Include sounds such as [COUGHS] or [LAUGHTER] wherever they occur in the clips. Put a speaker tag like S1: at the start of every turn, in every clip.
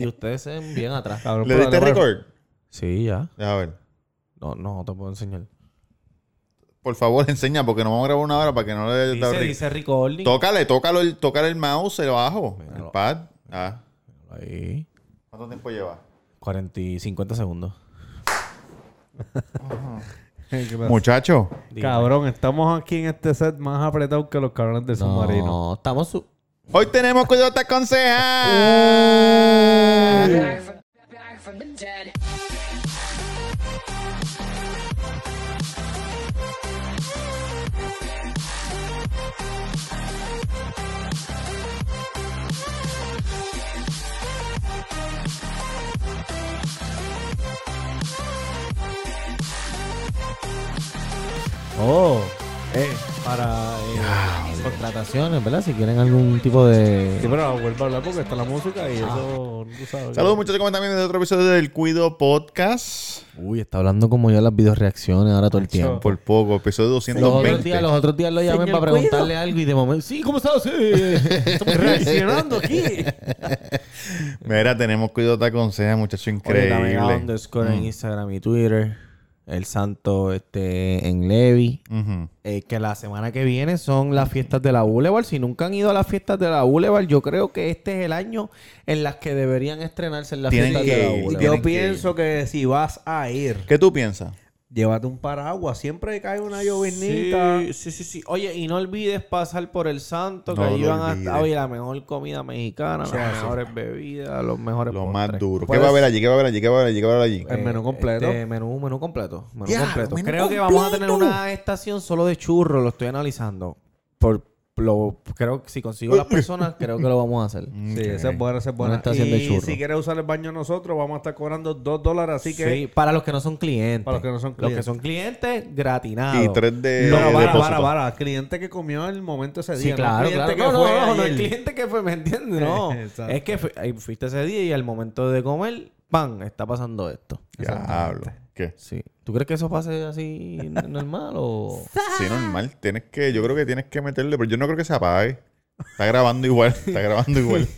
S1: Y ustedes se ven bien atrás, cabrón.
S2: ¿Le
S1: Pero
S2: diste
S1: dale,
S2: record?
S1: Sí, ya.
S2: A ver.
S1: No, no te puedo enseñar.
S2: Por favor, [LAUGHS] enseña, porque no vamos a grabar una hora para que no le
S1: Dice,
S2: dé
S1: dice recording.
S2: Tócale, tócalo el, tócale el mouse el abajo,
S1: Míralo.
S2: el pad. Ah.
S1: Ahí.
S2: ¿Cuánto tiempo lleva?
S1: 40 y 50 segundos.
S3: ¿Qué pasa?
S2: Muchacho,
S1: Dígame.
S3: Cabrón, estamos aquí en este set más apretado que los cabrones del submarino.
S1: No, estamos... su-
S2: hoy tenemos Coyote Aconseja.
S4: Back from, back from the dead.
S3: Oh, eh, para. eh,
S1: Contrataciones, ¿verdad? Si quieren algún tipo
S3: Sí,
S1: de...
S3: pero vuelvo a hablar porque está la música y eso. tú sabes.
S2: Saludos, muchachos, ¿cómo están? Bienvenidos a otro episodio del Cuido Podcast.
S1: Uy, está hablando como yo en las videoreacciones ahora todo el tiempo.
S2: Por poco, episodio
S1: Los otros, días,
S2: 220.
S1: los otros días lo llamé
S3: Señor
S1: para preguntarle algo y de momento... Sí, ¿cómo estás? [LAUGHS] Sí. Estamos reaccionando
S3: [LAUGHS]
S1: aquí.
S2: Mira, tenemos Cuido Aconseja, muchacho,
S1: Oye,
S2: increíble.
S1: underscore en Instagram y Twitter. El santo este, en Levi.
S2: Ujú.
S1: Eh, que la semana que viene son las fiestas de la Boulevard. Si nunca han ido a las fiestas de la Boulevard, yo creo que este es el año en las que deberían estrenarse en las
S2: Tienen
S1: fiestas
S2: que
S1: de la
S2: ir.
S1: Boulevard.
S2: Tienen
S3: Yo
S2: que
S3: pienso que si vas a ir,
S2: ¿Qué tú piensas?
S3: llévate un paraguas. Siempre cae una llovinita.
S1: Sí, sí, sí, sí. Oye, y no olvides pasar por el Santo, que
S2: No
S1: ahí
S2: lo
S1: van
S2: olvides.
S1: a... Oye, la mejor comida mexicana, las mejores bebidas, los mejores
S2: Lo
S1: postres.
S2: más
S1: Pues,
S2: duro. ¿Qué
S3: Puedes-
S2: va a haber allí? ¿Qué va a haber allí? ¿Qué va a haber allí? ¿Qué va a haber allí?
S3: El menú
S1: Eh,
S3: completo.
S1: este, menú, menú completo. Menú
S2: Ya,
S1: completo.
S2: menú
S1: creo que vamos a tener una estación solo de churros, lo estoy analizando. Por lo, creo que si consigo
S2: [LAUGHS]
S1: las personas, creo que lo vamos a hacer.
S3: Sí, esa es buena, esa es
S1: Una
S3: buena.
S1: estación de
S3: y
S1: churro.
S3: si quieres usar el baño de nosotros, vamos a estar cobrando 2 dólares. Así que
S1: Sí, para los que no son clientes.
S3: Para los que no son
S1: Los que
S3: clientes.
S1: son clientes, gratinado.
S2: Y tres de.
S3: No,
S2: de
S3: no, para,
S2: depósito.
S3: para, para. Cliente que comió el momento ese
S1: Sí,
S3: día.
S1: claro,
S3: no
S1: claro.
S3: cliente
S1: No,
S3: que
S1: no,
S3: fue
S1: no, no,
S3: ayer.
S1: el cliente que fue, ¿me entiendes?
S3: [LAUGHS]
S1: No.
S3: Exacto.
S1: es que fu- ahí fuiste ese día y al momento de comer, ¡pam! Está pasando esto.
S2: Diablo. ¿Qué?
S1: Sí. ¿Tú crees que eso pase así n- normal
S3: [LAUGHS]
S1: o...?
S2: Sí, normal. Tienes que, yo creo que tienes que meterle, pero yo no creo que se apague. Está grabando igual, [LAUGHS] está grabando igual.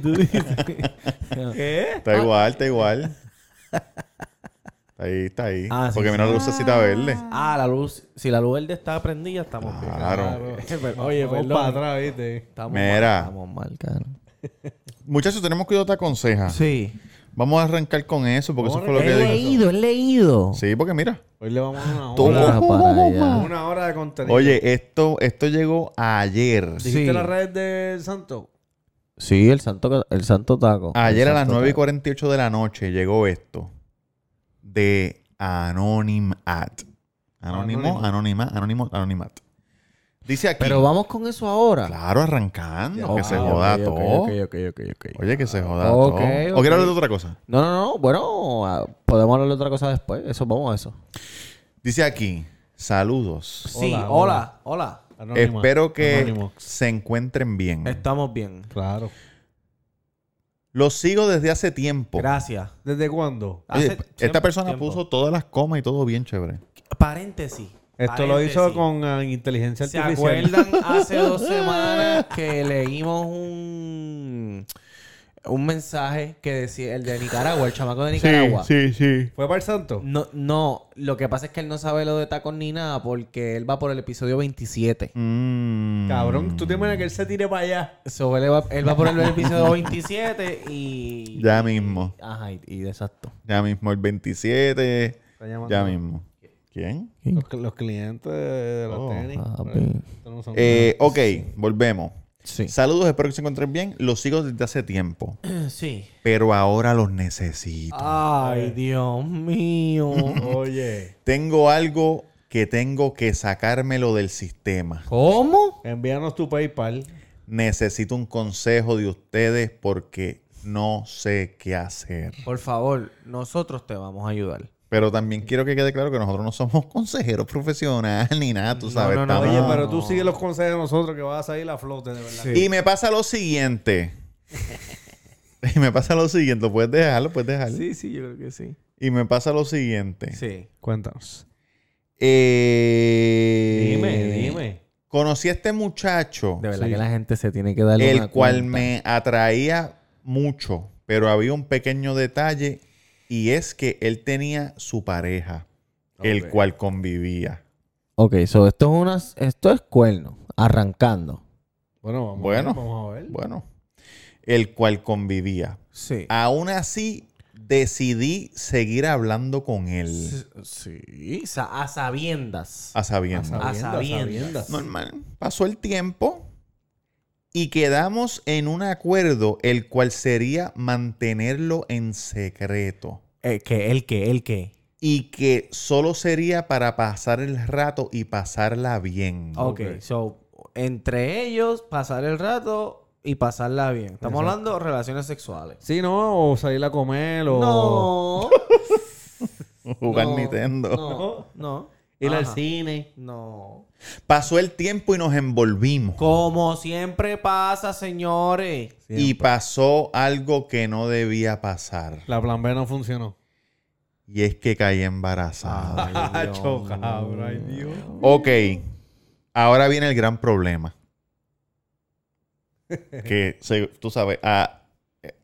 S1: Tú dices.
S3: [LAUGHS]
S1: ¿Qué?
S2: Está igual, está igual. Está ahí, está ahí.
S1: Ah, sí,
S2: Porque
S1: sí.
S2: mira la lucecita verde.
S1: Ah, la luz. Si la luz verde está prendida, estamos bien.
S2: Claro.
S3: [LAUGHS]
S1: Pero, Oye,
S3: Vamos
S1: perdón.
S3: para atrás, ¿viste?
S1: Estamos
S2: Mira.
S1: mal, estamos mal, cabrón.
S2: Muchachos, tenemos que ir a otra conseja.
S1: Sí.
S2: Vamos a arrancar con eso, porque eso fue lo
S1: He
S2: que dijo.
S1: leído, he leído.
S2: Sí, porque mira.
S3: Hoy le vamos a una
S2: Toma.
S3: hora.
S1: Mira para allá.
S3: Una hora de contenido.
S2: Oye, esto, esto llegó ayer.
S3: ¿dijiste
S1: sí.
S3: las redes del santo?
S1: Sí, el santo, el santo taco.
S2: Ayer
S1: El
S2: a las
S1: santo
S2: 9 y
S1: taco.
S2: 48 de la noche llegó esto de Anonym At. Anónimo,
S3: Anónimo.
S2: anónima, anónimo, anonimat. Dice aquí.
S1: Pero vamos con eso ahora.
S2: Claro, arrancando.
S1: Ok,
S2: que se
S1: ok,
S2: joda
S1: ok,
S2: todo.
S1: ok, ok, ok, ok.
S2: Oye, que se joda
S1: Ok,
S2: todo.
S1: ok.
S2: ¿O quiero hablar de otra cosa?
S1: No, no, no. Bueno, ah, podemos hablar de otra cosa después. Eso, vamos a eso.
S2: Dice aquí. Saludos.
S1: Sí,
S3: Hola,
S1: hola, hola.
S3: Anónima.
S2: Espero que
S3: Anónimo.
S2: se encuentren bien.
S1: Estamos bien.
S3: Claro.
S2: Los sigo desde hace tiempo.
S1: Gracias.
S3: ¿Desde cuándo?
S2: Oye,
S1: Hace
S2: esta
S1: tiempo-
S2: persona
S1: tiempo.
S2: puso todas las comas y todo bien chévere.
S1: Paréntesis.
S3: Esto lo hizo
S1: paréntesis.
S3: con ah, inteligencia
S1: ¿Se
S3: artificial.
S1: acuerdan hace dos semanas que leímos un, un mensaje que decía el de Nicaragua, el chamaco de Nicaragua?
S2: sí, sí.
S3: ¿Fue para el santo?
S1: No, no, lo que pasa es que él no sabe lo de tacos ni nada porque él va por el episodio 27.
S2: Mm.
S3: Cabrón, tú te imaginas que él se tire para allá.
S1: So, él, va, él va por el episodio 27 y...
S2: Ya mismo.
S1: Ajá, y, y exacto.
S2: Ya mismo, el 27.
S3: Está llamando
S2: Ya mismo. ¿Quién?
S3: Los, los clientes de los
S2: Oh,
S3: tenis.
S1: papi.
S3: Tenemos un-
S2: Eh, ok, volvemos.
S1: Sí.
S2: Saludos, espero que se encuentren bien. Los sigo desde hace tiempo,
S1: Sí.
S2: pero ahora los necesito.
S1: Ah. Ay, Dios mío.
S3: Oye,
S2: Tengo algo que tengo que sacármelo del sistema.
S1: ¿Cómo?
S3: envíanos tu PayPal.
S2: Necesito un consejo de ustedes porque no sé qué hacer.
S1: Por favor, nosotros te vamos a ayudar.
S2: Pero también quiero que quede claro que nosotros no somos [LAUGHS] consejeros profesionales ni nada, tú sabes.
S1: no, no,
S2: estamos-
S3: Oye,
S1: Ah.
S3: pero tú sigue los consejos de nosotros que vas a salir a flote, de verdad.
S1: Sí.
S2: Y me pasa lo siguiente. [LAUGHS] y me pasa lo siguiente. Lo puedes dejarlo, puedes dejarlo.
S1: sí, yo creo que sí.
S2: Y me pasa lo siguiente.
S1: Sí.
S3: Cuéntanos.
S2: Eh,
S3: Dime, dime.
S2: Conocí a este muchacho,
S1: De verdad
S3: Sí.
S1: que la gente se tiene que dar
S2: el
S1: una
S2: cual
S1: cuenta.
S2: me atraía mucho, Pero había un pequeño detalle y es que él tenía su pareja, el
S3: Ok.
S2: cual convivía.
S5: Ok, so esto es unas, esto es cuerno, arrancando.
S3: Bueno, vamos,
S2: Bueno.
S3: A ver, vamos a ver.
S2: Bueno, el cual convivía.
S5: Sí.
S1: Ah,
S2: Aún así, decidí seguir hablando con él.
S5: Sí. Sa- a sabiendas.
S2: A sabiendas.
S5: A sabiendas.
S2: Normal. Pasó el tiempo y quedamos en un acuerdo el cual sería mantenerlo en secreto
S5: El Eh, que, el que, el que.
S2: y que solo sería para pasar el rato y pasarla bien.
S5: Ok, so entre ellos pasar el rato y pasarla bien. Estamos hablando de relaciones sexuales.
S3: Sí, ¿no? O salir a comer o...
S5: No.
S2: [LAUGHS] Jugar
S5: no,
S2: Nintendo.
S5: No. No.
S3: Ir al
S5: Ajá.
S3: cine.
S5: No.
S2: Pasó el tiempo y nos envolvimos.
S5: Como siempre pasa, señores.
S2: Y pasó algo que no debía pasar.
S3: La plan B no funcionó.
S2: Y es que caí embarazada.
S3: Hacho, cabrón, ay Dios.
S2: Ok. Ahora viene el gran
S3: [LAUGHS]
S2: problema. Que se- tú sabes, ah,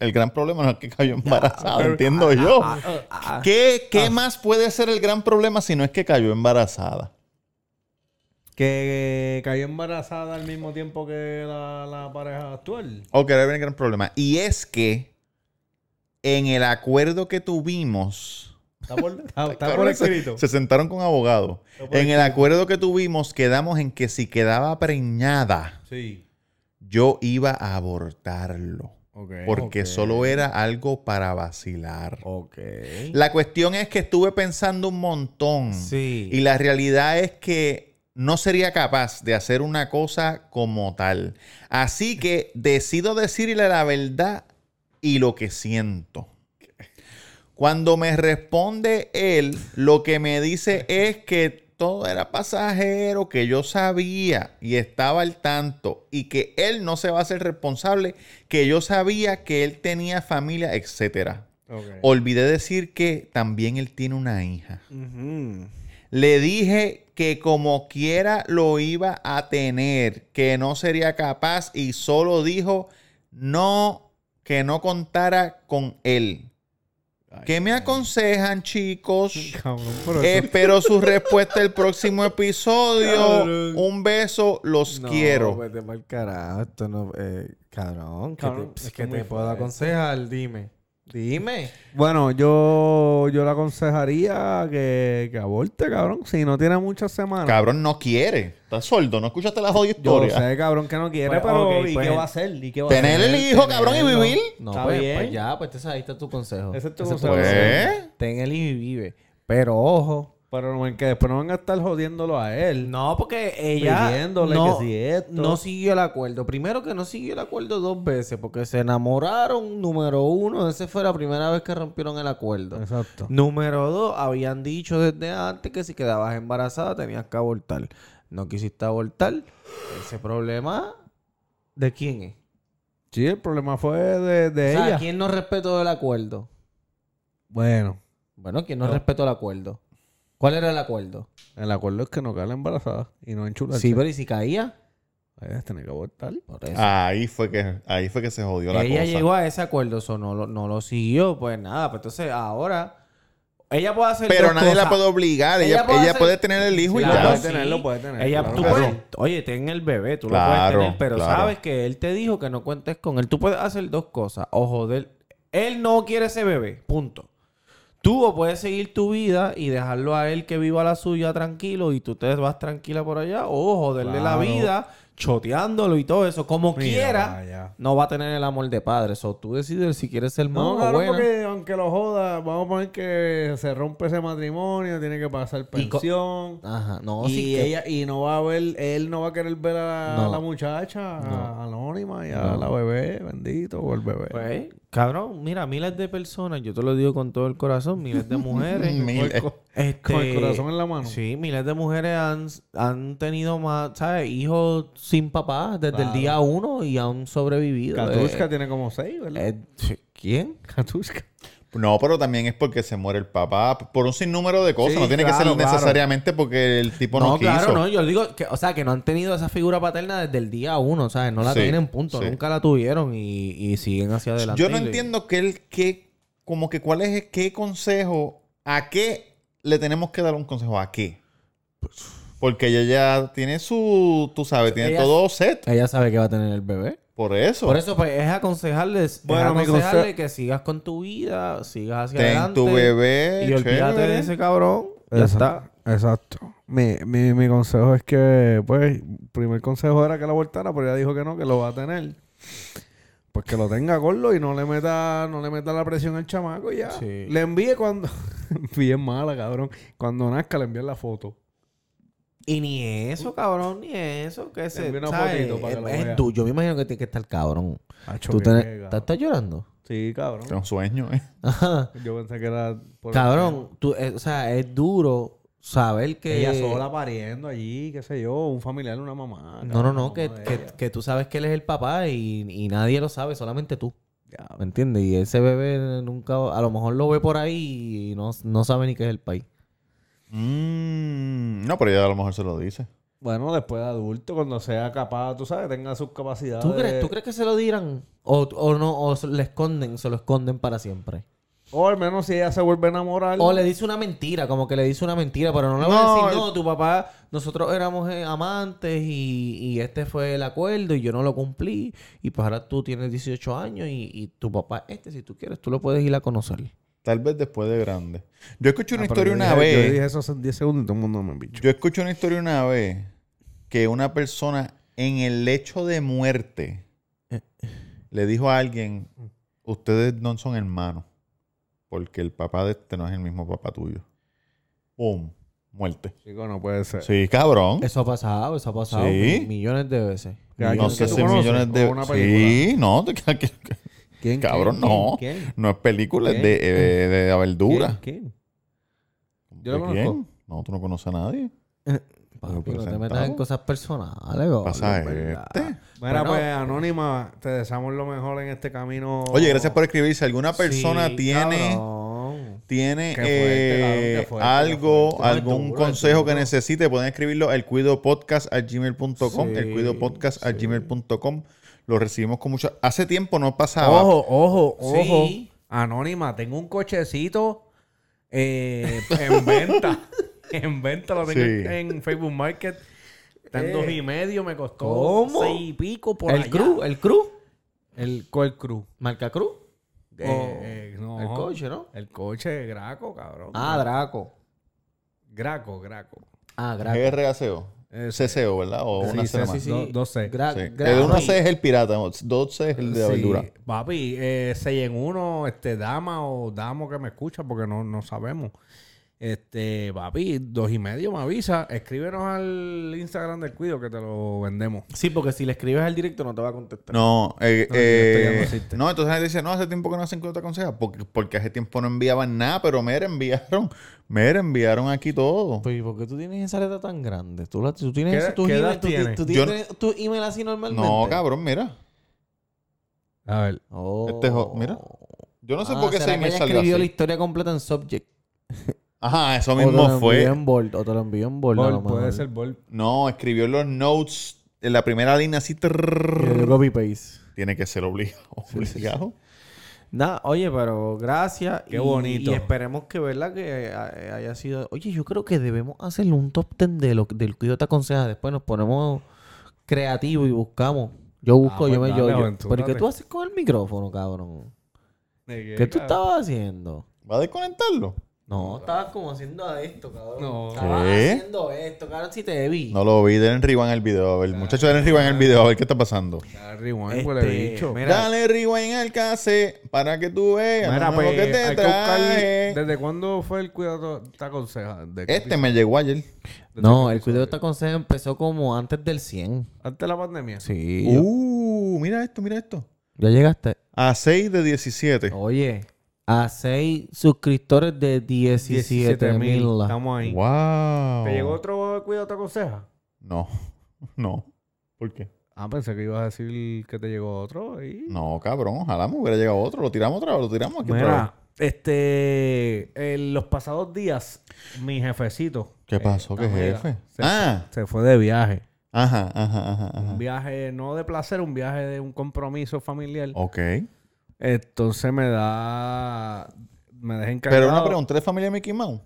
S2: el gran problema no es que cayó
S3: [LAUGHS]
S2: embarazada,
S3: Ah,
S2: entiendo yo.
S5: Ah, uh.
S2: ¿Qué, qué más puede ser el gran problema si no es que cayó embarazada?
S3: Que cayó embarazada al mismo tiempo que la, la pareja actual.
S2: Ok, ahora viene el gran problema. Y es que en el acuerdo que tuvimos.
S3: Está por, está, está Ah, por
S2: Cabrón, [LAUGHS] se-
S3: escrito.
S2: Se, sentaron con abogados.
S3: Está por
S2: En el acuerdo que tuvimos quedamos en que si quedaba preñada,
S3: Sí.
S2: yo iba a abortarlo.
S3: Ok.
S2: Porque solo era algo para vacilar.
S5: Ok.
S2: La cuestión es que estuve pensando un montón.
S5: Sí.
S2: Y la realidad es que no sería capaz de hacer una cosa como tal. Así que decido decirle la verdad y lo que siento. Cuando me responde él, lo que me dice es que todo era pasajero, que yo sabía y estaba al tanto y que él no se va a hacer responsable, que yo sabía que él tenía familia, etcétera.
S3: Ok.
S2: Olvidé decir que también él tiene una hija. Le dije que como quiera lo iba a tener, que no sería capaz y solo dijo no, que no contara con él. ¿Qué me aconsejan, chicos?
S3: [LAUGHS] Cabrón, pero eso-
S2: Espero su respuesta el próximo episodio.
S5: Cabrón.
S2: Un beso, los
S5: No,
S2: quiero.
S5: vete pa'l carajo. Esto no, eh, cabrón, ¿qué
S3: Cabrón,
S5: te,
S3: es que
S5: qué
S3: es muy
S5: te puedo
S3: fuerte.
S5: aconsejar? Dime. Dime.
S3: Bueno, yo, yo le aconsejaría que, que aborte, cabrón. Si no tiene muchas semanas.
S2: Cabrón, no quiere. Estás sordo, no escuchaste la jodida
S3: Yo lo
S2: historia.
S3: sé, cabrón, que no quiere,
S5: Pues,
S3: pero
S5: ok,
S3: ¿y
S5: pues,
S3: qué va a hacer? ¿Y qué va a
S2: Tener
S3: hacer?
S2: el hijo, cabrón, y
S3: Tenerlo.
S2: vivir.
S5: No,
S3: Está
S5: pues,
S3: bien.
S5: pues ya, pues entonces ahí está tu consejo.
S3: Ese es tu
S5: Ese
S3: consejo.
S2: Pues.
S5: Ten él y vive. Pero ojo.
S3: Pero no, ven que después no van a estar jodiéndolo a él.
S5: No, porque ella
S3: Pidiéndole
S5: no,
S3: que si esto.
S5: no siguió el acuerdo. Primero que no siguió el acuerdo dos veces, porque se enamoraron, número uno, esa fue la primera vez que rompieron el acuerdo.
S3: Exacto.
S5: Número dos, habían dicho desde antes que si quedabas embarazada tenías que abortar. No quisiste abortar. Ese problema, ¿de quién es?
S3: Sí, el problema fue de, de
S5: O sea,
S3: ella.
S5: ¿quién no respetó el acuerdo?
S3: Bueno,
S5: Bueno, ¿quién no, respetó el acuerdo? ¿Cuál era el acuerdo?
S3: el acuerdo es que no cae la embarazada y no enchularse.
S5: Sí, pero ¿y si caía?
S3: Vayas a tener que abortar.
S5: Por eso.
S2: Pues, Ahí fue que, ahí fue que se jodió la
S5: ella
S2: cosa.
S5: llegó a ese acuerdo, eso no lo, no lo siguió, pues nada, pues entonces ahora ella puede [LAUGHS] hacer
S2: Pero
S5: dos
S2: nadie la
S5: cosas.
S2: puede obligar. Ella,
S5: Ella
S2: ella
S5: puede
S2: puede,
S5: hacer-
S2: tener el hijo
S5: Claro,
S2: y ya.
S3: puede tenerlo, puede tener,
S5: Ella,
S3: claro.
S5: tú
S2: Claro.
S5: puedes, oye, ten el bebé, tú lo
S2: Claro,
S5: puedes tener, pero
S2: claro.
S5: sabes que él te dijo que no cuentes con él. Tú puedes hacer dos cosas, o joder, él no quiere ese bebé, punto. Tú o puedes seguir tu vida y dejarlo a él que viva la suya tranquilo y tú te vas tranquila por allá, o joderle la
S3: Claro.
S5: vida choteándolo y todo eso, como
S3: Mira,
S5: quiera.
S3: vaya.
S5: No va a tener el amor de padre, o tú decides si quieres ser
S3: No,
S5: mamá o
S3: claro,
S5: buena.
S3: porque aunque lo joda, vamos a poner que se rompe ese matrimonio, tiene que pasar
S5: Y co-
S3: pensión.
S5: Ajá, no,
S3: y
S5: sí que-
S3: ella y no va a ver, él no va a querer ver a
S5: No.
S3: la muchacha a- anónima y a la bebé, bendito, o el bebé.
S5: Pues, cabrón, mira, miles de personas, yo te lo digo con todo el corazón,
S3: [LAUGHS]
S5: miles de mujeres.
S2: Miles.
S5: este,
S3: Con el corazón en la mano.
S5: Sí, miles de mujeres han, han tenido más, ¿sabes? Hijos sin papá desde el día uno y han sobrevivido.
S3: Katushka
S5: Eh,
S3: tiene como seis, ¿verdad?
S5: eh, ¿Quién?
S3: Katushka.
S2: No, pero también es porque se muere el papá por un sinnúmero de cosas.
S3: Sí,
S2: no tiene que ser
S3: claro, claro.
S2: necesariamente porque el tipo Pues no,
S5: No,
S2: quiso.
S5: claro, no. Yo digo que, o sea, que no han tenido esa figura paterna desde el día uno, ¿sabes? No la
S2: Sí,
S5: tienen, punto.
S2: sí.
S5: Nunca la tuvieron y, y siguen hacia adelante.
S2: Yo no
S5: y-
S2: entiendo que él, que, como que cuál es, qué consejo, a qué le tenemos que dar un consejo, a qué. Porque ella ya tiene su, tú sabes, tiene
S5: Ella-
S2: todo set.
S5: Ella sabe que va a tener el bebé.
S2: Por eso.
S5: Por eso, pues, es aconsejarles,
S3: Bueno, mi
S5: es aconsejarle
S3: conse-
S5: que sigas con tu vida, sigas hacia
S2: Ten
S5: adelante.
S2: tu bebé.
S5: Y olvídate
S2: chévere.
S5: de ese cabrón. Ya está.
S3: Exacto. Mi, mi, mi consejo es que, pues, primer consejo era que la voltara, pero ella dijo que no, que lo va a tener. Pues que lo tenga gordo y no le meta, no le meta la presión al chamaco y ya.
S5: Sí.
S3: Le envíe cuando. [LAUGHS] Bien mala, cabrón. Cuando nazca le envíe la foto.
S5: Y ni eso, cabrón, ni eso. Que se,
S3: envío una
S5: ¿sabes?
S3: fotito para que lo
S5: Es- es
S3: vea.
S5: du- Yo me imagino que tiene que estar cabrón.
S3: Acho,
S5: ¿Tú
S3: qué
S5: tenés-
S3: pega.
S5: ¿Estás estás llorando?
S3: Sí, cabrón.
S2: Era un sueño, ¿eh?
S5: Ajá.
S3: Yo pensé que era. por el
S5: Cabrón, eh, tú, eh, o sea, es duro saber que...
S3: Ella sola pariendo allí, qué sé yo, un familiar, una mamá.
S5: No, no,
S3: cabrón,
S5: no, que,
S3: mamá de
S5: que-
S3: ella.
S5: que tú sabes que él es el papá y, y nadie lo sabe, solamente tú. ¿Me
S3: Diablo.
S5: entiendes? Y ese bebé nunca, a lo mejor lo ve por ahí y no, no sabe ni qué es el país.
S2: Mm, no, pero ella a lo mejor se lo dice.
S3: Bueno, después de adulto, cuando sea capaz, tú sabes, tenga sus capacidades.
S5: ¿Tú crees, ¿Tú crees que se lo dirán? O, o no, o se- le esconden, se lo esconden para siempre.
S3: O al menos si ella se vuelve a enamorar. Ah,
S5: O le dice una mentira, como que le dice una mentira, pero no le va a
S2: No,
S5: decir,
S2: el-
S5: no, tu papá, nosotros éramos eh, amantes y, y este fue el acuerdo y yo no lo cumplí. Y pues ahora tú tienes 18 años y, y tu papá, este, si tú quieres, tú lo puedes ir a conocer.
S2: Tal vez después de grande. Yo escuché una
S3: Ah, pero
S2: historia
S3: yo
S2: una
S3: dije-
S2: vez.
S3: Yo dije eso hace 10 segundos y todo el mundo me bicho.
S2: Yo escuché una historia una vez que una persona en el lecho de muerte le dijo a alguien, ustedes no son hermanos, porque el papá de este no es el mismo papá tuyo. ¡Pum! Muerte.
S3: Chico, no puede ser.
S2: Sí, cabrón.
S5: Eso ha pasado, eso ha pasado
S2: Sí.
S5: mi- millones de veces.
S3: Que alguien
S2: No
S5: Millones
S2: sé
S5: de
S3: tú
S2: si
S5: veces.
S3: conoces,
S2: millones de...
S3: o una
S2: Sí, no, [LAUGHS] te- que- que- que-
S3: ¿Quién?
S2: cabrón,
S3: quién,
S2: no.
S3: ¿Quién? quién?
S2: No es película, es
S3: ¿Quién?
S2: de, eh, de la verdura.
S3: ¿Quién?
S2: ¿De
S3: Yo lo
S2: quién?
S3: conozco.
S2: No, tú no conoces a nadie.
S5: Papi, no te
S2: Representado.
S5: metas en cosas personales, gordo,
S2: Pasa
S5: ¿verdad?
S2: este.
S3: Mira,
S5: Bueno.
S3: pues, Anónima, te deseamos lo mejor en este camino.
S2: Oye, gracias por escribir. Si alguna
S5: Sí,
S2: persona tiene...
S5: cabrón.
S2: tiene
S3: Qué fuerte, cabrón, qué
S2: eh,
S3: fuerte,
S2: algo,
S3: qué
S5: fuerte.
S2: algún
S5: Duro,
S2: consejo que
S5: duro.
S2: necesite, pueden escribirlo al cuidopodcast a gmail.com, el
S5: Sí,
S2: cuidopodcast a
S5: sí.
S2: gmail.com. Lo recibimos con mucho. Hace tiempo no pasaba.
S3: Ojo, ojo, ojo.
S5: Sí.
S3: Anónima, tengo un cochecito eh,
S2: [LAUGHS]
S3: en venta. en venta lo tengo
S2: Sí.
S3: en Facebook Market. Está en
S5: Eh.
S3: dos y medio, me costó
S5: ¿Cómo?
S3: seis y pico por
S5: El
S3: allá.
S5: Cruz, el Cruz,
S3: El, ¿Cuál crew?
S5: marca Cruz.
S2: Oh.
S3: Eh, eh, no.
S5: El coche, ¿no?
S3: El coche de Graco, cabrón.
S5: Ah, Draco.
S3: Graco, Graco. Eh,
S5: Ah, Draco.
S2: GRACO. CCO, ¿verdad? E O
S3: Sí,
S2: una
S3: sí,
S2: C
S3: sí,
S2: más.
S3: sí. Do- dos C.
S5: Gra-
S2: Sí.
S5: Gra-
S2: El 1
S5: Papi,
S2: C es el pirata, 2 C es el de la
S3: Sí,
S2: verdura.
S3: Papi, eh, 6 en 1, este, dama o damo que me escucha, porque no, no sabemos. Este, papi, dos y medio me avisa. Escríbenos al Instagram del Cuido que te lo vendemos.
S5: Sí, porque si le escribes al directo no te va a contestar.
S2: No, eh,
S3: No,
S2: eh,
S3: esto ya no existe.
S2: no, entonces él dice, no, hace tiempo que no hacen que no te aconseja, porque, porque hace tiempo no enviaban nada, pero me enviaron, me enviaron aquí todo.
S5: Pues, ¿y por qué tú tienes esa letra tan grande? Tú, la, tú
S3: ¿Qué
S5: tienes
S3: edad-
S5: tus
S3: qué edad
S5: email, tú, ti-
S3: tienes?
S5: tú
S2: Yo
S5: tienes tu email así
S1: Pues,
S5: normalmente.
S2: No, cabrón, mira.
S3: A ver.
S5: Oh.
S2: Este es o- mira. Yo no sé
S5: Ah,
S2: por qué
S5: ¿será
S2: se
S5: que
S2: me
S5: ella
S2: salió
S5: escribió
S2: así.
S5: la historia completa en subject.
S2: Ajá, eso
S5: O te lo
S2: mismo
S5: envió
S2: fue.
S5: en bold, o te lo envió en bold. a lo
S3: Bol,
S5: mejor.
S3: puede ser Bol.
S2: No, escribió los notes en la primera línea así.
S5: Y le
S2: trrrr.
S5: dio copy paste.
S2: Tiene que ser
S3: [LAUGHS]
S2: obligado. obligado.
S5: Nah, oye, pero gracias.
S3: Qué
S5: y-
S3: bonito.
S5: Y esperemos que, ¿verdad? Que eh, haya sido. Oye, yo creo que debemos hacerle un top 10 de lo, del cuido te aconseja. Después nos ponemos creativos y buscamos. Yo busco,
S3: pues
S5: yo me.
S3: dale,
S5: yo, yo-
S3: aventúrate.
S5: ¿Pero qué tú haces con el micrófono, cabrón?
S3: ¿De
S5: ¿Qué tú estabas haciendo?
S2: ¿Va a desconectarlo?
S5: No, estabas como haciendo esto, cabrón.
S3: No.
S5: Estabas
S2: ¿Qué?
S5: haciendo esto, cabrón, si te vi.
S2: No lo vi. Denle rewind al video. A ver, muchachos, denle rewind al video. A ver qué está pasando.
S3: Ah, Rewind,
S5: Este,
S3: huele bicho.
S5: mira.
S2: Dale rewind al case para que tú veas
S3: Mira,
S2: lo
S3: pues,
S2: que te
S3: hay que buscar-
S2: trae.
S3: ¿Desde cuándo fue el cuidado te aconseja? ¿De qué
S2: Este me llegó ayer.
S3: episodio?
S5: No, el cuidado te aconseja empezó como antes del 100.
S3: Antes de la pandemia.
S5: Sí.
S2: Uh, mira esto, mira esto.
S5: Ya llegaste.
S2: A 6 de 17.
S3: Oh
S5: Oye, a 6 suscriptores de 17 mil.
S3: Estamos ahí.
S2: Wow.
S3: ¿Te llegó otro cuidado te aconseja?
S2: No, [LAUGHS] no. ¿Por qué?
S3: Ah, pensé que ibas a decir que te llegó otro. ahí.
S2: No, cabrón. Ojalá me hubiera llegado otro. Lo tiramos otra vez. Lo tiramos aquí otra vez.
S3: Mira, Este, en los pasados días, mi jefecito.
S2: ¿Qué pasó? ¿Qué
S3: Tamega,
S2: jefe?
S3: Se,
S2: Ah.
S3: se fue de viaje.
S2: Ajá, ajá, ajá, ajá.
S3: Un viaje no de placer, un viaje de un compromiso familiar.
S2: Ok.
S3: Entonces me da. Me deja encargado.
S2: Pero una pregunta, ¿de familia de Mickey Mouse?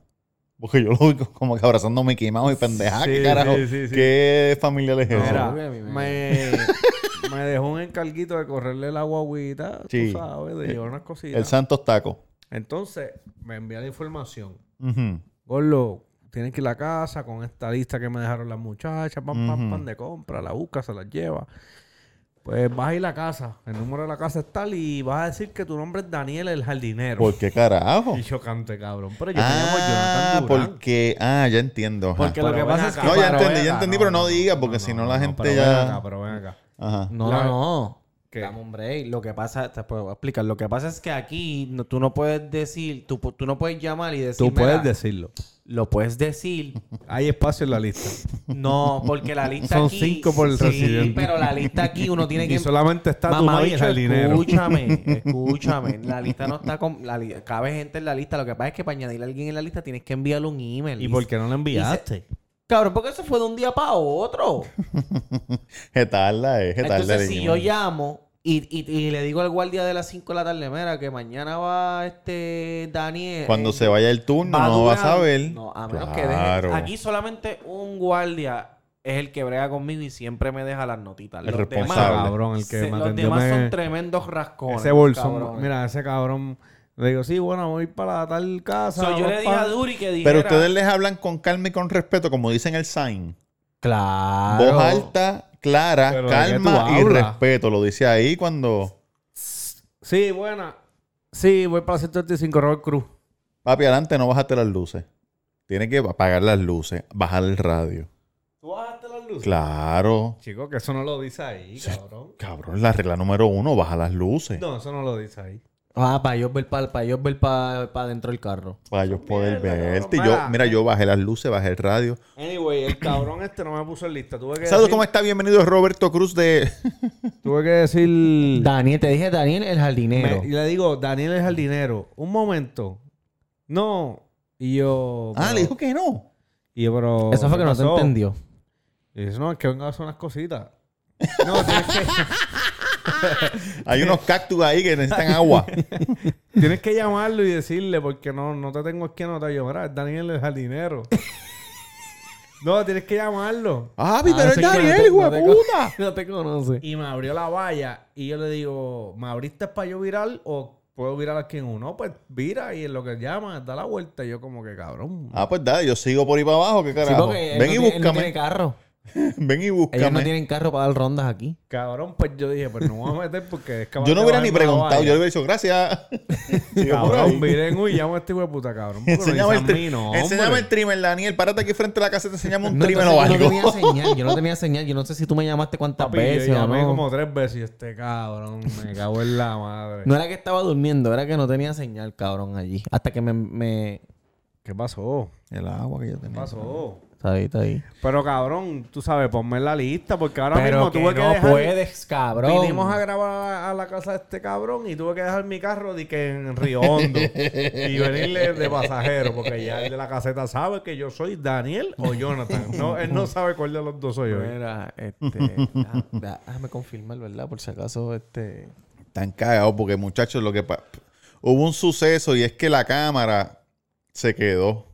S2: Porque yo lo vi como que abrazando a Mickey Mouse y pendeja, ¿qué
S3: Sí,
S2: carajo?
S3: sí, sí, sí.
S2: ¿Qué familia es eso?
S3: Mira,
S5: Obvio, a mí me-
S3: me,
S2: [LAUGHS]
S3: me dejó un encarguito de correrle la guaguita,
S2: Sí. Eh,
S3: tú sabes, de llevar unas
S2: El
S3: cositas.
S2: Santos Taco.
S3: Entonces, me envía la información.
S2: Ujú.
S3: Gorlo, tienes que ir a la casa con esta lista que me dejaron las muchachas, pam, pam,
S2: Ujú.
S3: pam, de compra, la busca, se la lleva. Pues vas a ir a la casa, el número de la casa es tal y vas a decir que tu nombre es Daniel el jardinero.
S2: ¿Por qué carajo?
S3: [LAUGHS] Y yo cante, cabrón. Pero yo
S2: ah,
S3: me llamo Jonathan Durán.
S2: porque... Ah, ya entiendo. ajá.
S5: Porque lo
S3: Pero
S5: que
S3: ven
S5: pasa es que.
S3: acá.
S2: No, ya
S5: para-
S2: entendí, ya entendí, pero no diga, porque si no la gente
S3: pero
S2: ya-
S3: Ven acá, pero ven acá.
S2: Ajá.
S5: No,
S3: La-
S5: no, no.
S3: ¿Qué?
S5: Dame un break. Lo que pasa, te puedo explicar. Lo que pasa es que aquí no- tú no puedes decir, tú, pu- tú no puedes llamar y decir.
S3: Tú puedes
S5: "Mira,
S3: decirlo.
S5: Lo puedes decir.
S3: [LAUGHS] Hay espacio en la lista.
S5: No, porque la lista
S3: Son
S5: aquí.
S3: cinco por el
S5: sí,
S3: residente.
S5: pero la lista aquí uno tiene que.
S3: Y solamente está tu
S5: Mamá,
S3: madre y el
S5: bicho,
S3: jardinero. [LAUGHS]
S5: escúchame, escúchame. La lista no está con. La li- Cabe gente en la lista. Lo que pasa es que para añadirle a alguien en la lista tienes que enviarle un email.
S3: ¿Y por qué no la enviaste?
S5: Cabrón, porque eso fue de un día para otro.
S2: ¿Qué tal la es? ¿Qué tal la
S5: Entonces, si yo
S2: dijimos?
S5: llamo y, y- y le digo al guardia de las 5 de la tarde, mira, que mañana va este Daniel.
S2: Cuando
S5: eh,
S2: se vaya el turno,
S5: va
S2: no vas a
S5: Durán.
S2: saber.
S5: No, a menos que
S2: Claro.
S5: deje. Aquí solamente un guardia es el que brega conmigo y siempre me deja las notitas.
S2: El
S5: Los
S2: responsable.
S5: demás-
S3: Cabrón, el que
S5: se-
S3: me
S5: los
S3: atendió
S5: demás
S3: me-
S5: son tremendos rascones.
S3: Ese bolsón.
S5: cabrón.
S3: Mira, ese cabrón. Le digo, sí, bueno, voy para tal casa.
S5: So, yo le
S3: papá.
S5: dije a Duri que dijera...
S2: Pero ustedes les hablan con calma y con respeto, como dicen el sign.
S5: Claro.
S2: Voz alta, clara,
S3: Pero, ¿de qué
S2: calma
S3: tú
S2: y
S3: hablas?
S2: respeto. Lo dice ahí cuando...
S3: Sí, buena. Sí, voy para 135 Robert Cruz.
S2: Papi, adelante, no bajaste las luces. Tienes que apagar las luces, bajar el radio.
S3: ¿Tú bajaste las luces?
S2: Claro.
S3: Chico, que eso no lo dice ahí, cabrón.
S2: Cabrón, la regla número uno, baja las luces.
S3: No, eso no lo dice ahí.
S5: Ah, para yo ver para pa, yo ver pa, pa dentro del carro.
S2: Para yo poder
S3: mierda, cabrón.
S2: verte. Y
S3: Mira.
S2: Yo, mira, yo bajé las luces, bajé el radio.
S3: Anyway, el cabrón este no me puso en lista. Tuve que
S2: Saludos,
S3: decir...
S2: ¿cómo está? Bienvenido Roberto Cruz
S5: [LAUGHS]
S2: de...
S3: Tuve que decir...
S5: Daniel, te dije Daniel el
S3: Me-
S5: jardinero.
S3: y le digo, Daniel es jardinero. Un momento. No. Y yo.
S2: ah,
S3: pero-
S2: le dijo que no.
S3: Y yo, pero.
S5: Eso fue
S3: ¿qué
S5: que no te
S3: pasó?
S5: entendió.
S3: Y dice, no, es que vengo a hacer unas cositas.
S2: [LAUGHS]
S3: No, tienes que,
S2: Hay unos cactus ahí que necesitan
S5: [LAUGHS]
S2: agua.
S3: tienes que llamarlo y decirle, porque no, no te tengo aquí anotar. Yo, mira, es Daniel
S2: [LAUGHS]
S3: es jardinero. no, tienes que llamarlo.
S2: Ah, papi, pero
S5: Ah,
S2: es
S5: sí, que no
S2: Daniel,
S5: te-
S2: hijo
S5: no
S2: de
S5: te con-
S2: puta.
S5: [LAUGHS] No te conoce.
S3: Y me abrió la valla. Y yo le digo, ¿me abriste para yo virar o puedo virar aquí en uno? Pues vira y en lo que llama, da la vuelta. Y yo, como que cabrón.
S2: Ah, pues dale, yo sigo por ahí para abajo, qué
S5: Sí,
S2: carajo.
S5: porque él
S2: Ven
S5: no
S2: y
S5: tiene- él no tiene
S2: búscame.
S5: carro.
S2: [LAUGHS] Ven y
S5: Ellos no
S2: búscame.
S5: tienen carro para dar rondas aquí.
S3: Cabrón, pues yo dije, pues no me voy a meter porque es capaz
S2: Yo no
S3: que
S2: hubiera
S3: bajarme
S2: ni
S3: la
S2: preguntado, yo le
S3: valla.
S2: hubiera dicho gracias.
S5: [LAUGHS]
S2: Sigo por ahí.
S3: Cabrón, miren, uy, llamo a este hijo de puta, cabrón. porque no
S2: Enseñame el,
S3: dicen
S2: tri-
S3: mi nombre.
S2: este- enséñame el trimmer, Daniel. Párate aquí frente a la casa y te enseñame un trimmer
S5: entonces
S2: o
S5: yo no tenía
S2: algo.
S5: señal. Yo no tenía señal. Yo no sé si tú me llamaste cuántas
S3: Papi,
S5: veces
S3: yo
S5: o
S3: llamé
S5: no.
S3: como tres veces y este cabrón
S5: [LAUGHS]
S3: me cago en la madre.
S5: No era que estaba durmiendo, era que no tenía señal, cabrón, allí. Hasta que me... me...
S3: ¿Qué pasó?
S2: El agua que yo
S3: ¿Qué
S2: tenía.
S3: pasó?
S5: Está ahí, está ahí.
S3: Pero cabrón, tú sabes, ponme en la lista porque ahora mismo
S5: Pero que
S3: tuve que,
S5: no
S3: dejar...
S5: puedes, cabrón.
S3: Vinimos a grabar a la, a la casa de este cabrón y tuve que dejar mi carro de que en Río Hondo y venirle de pasajero porque ya el de la caseta sabe que yo soy Daniel o Jonathan. No, él no sabe cuál de los dos soy yo.
S5: Mira,
S3: [LAUGHS]
S5: este... ah, da- déjame confirmar, ¿verdad? Por si acaso, este...
S2: Están cagados porque, muchachos, lo que pa- hubo un suceso y es que la cámara se quedó.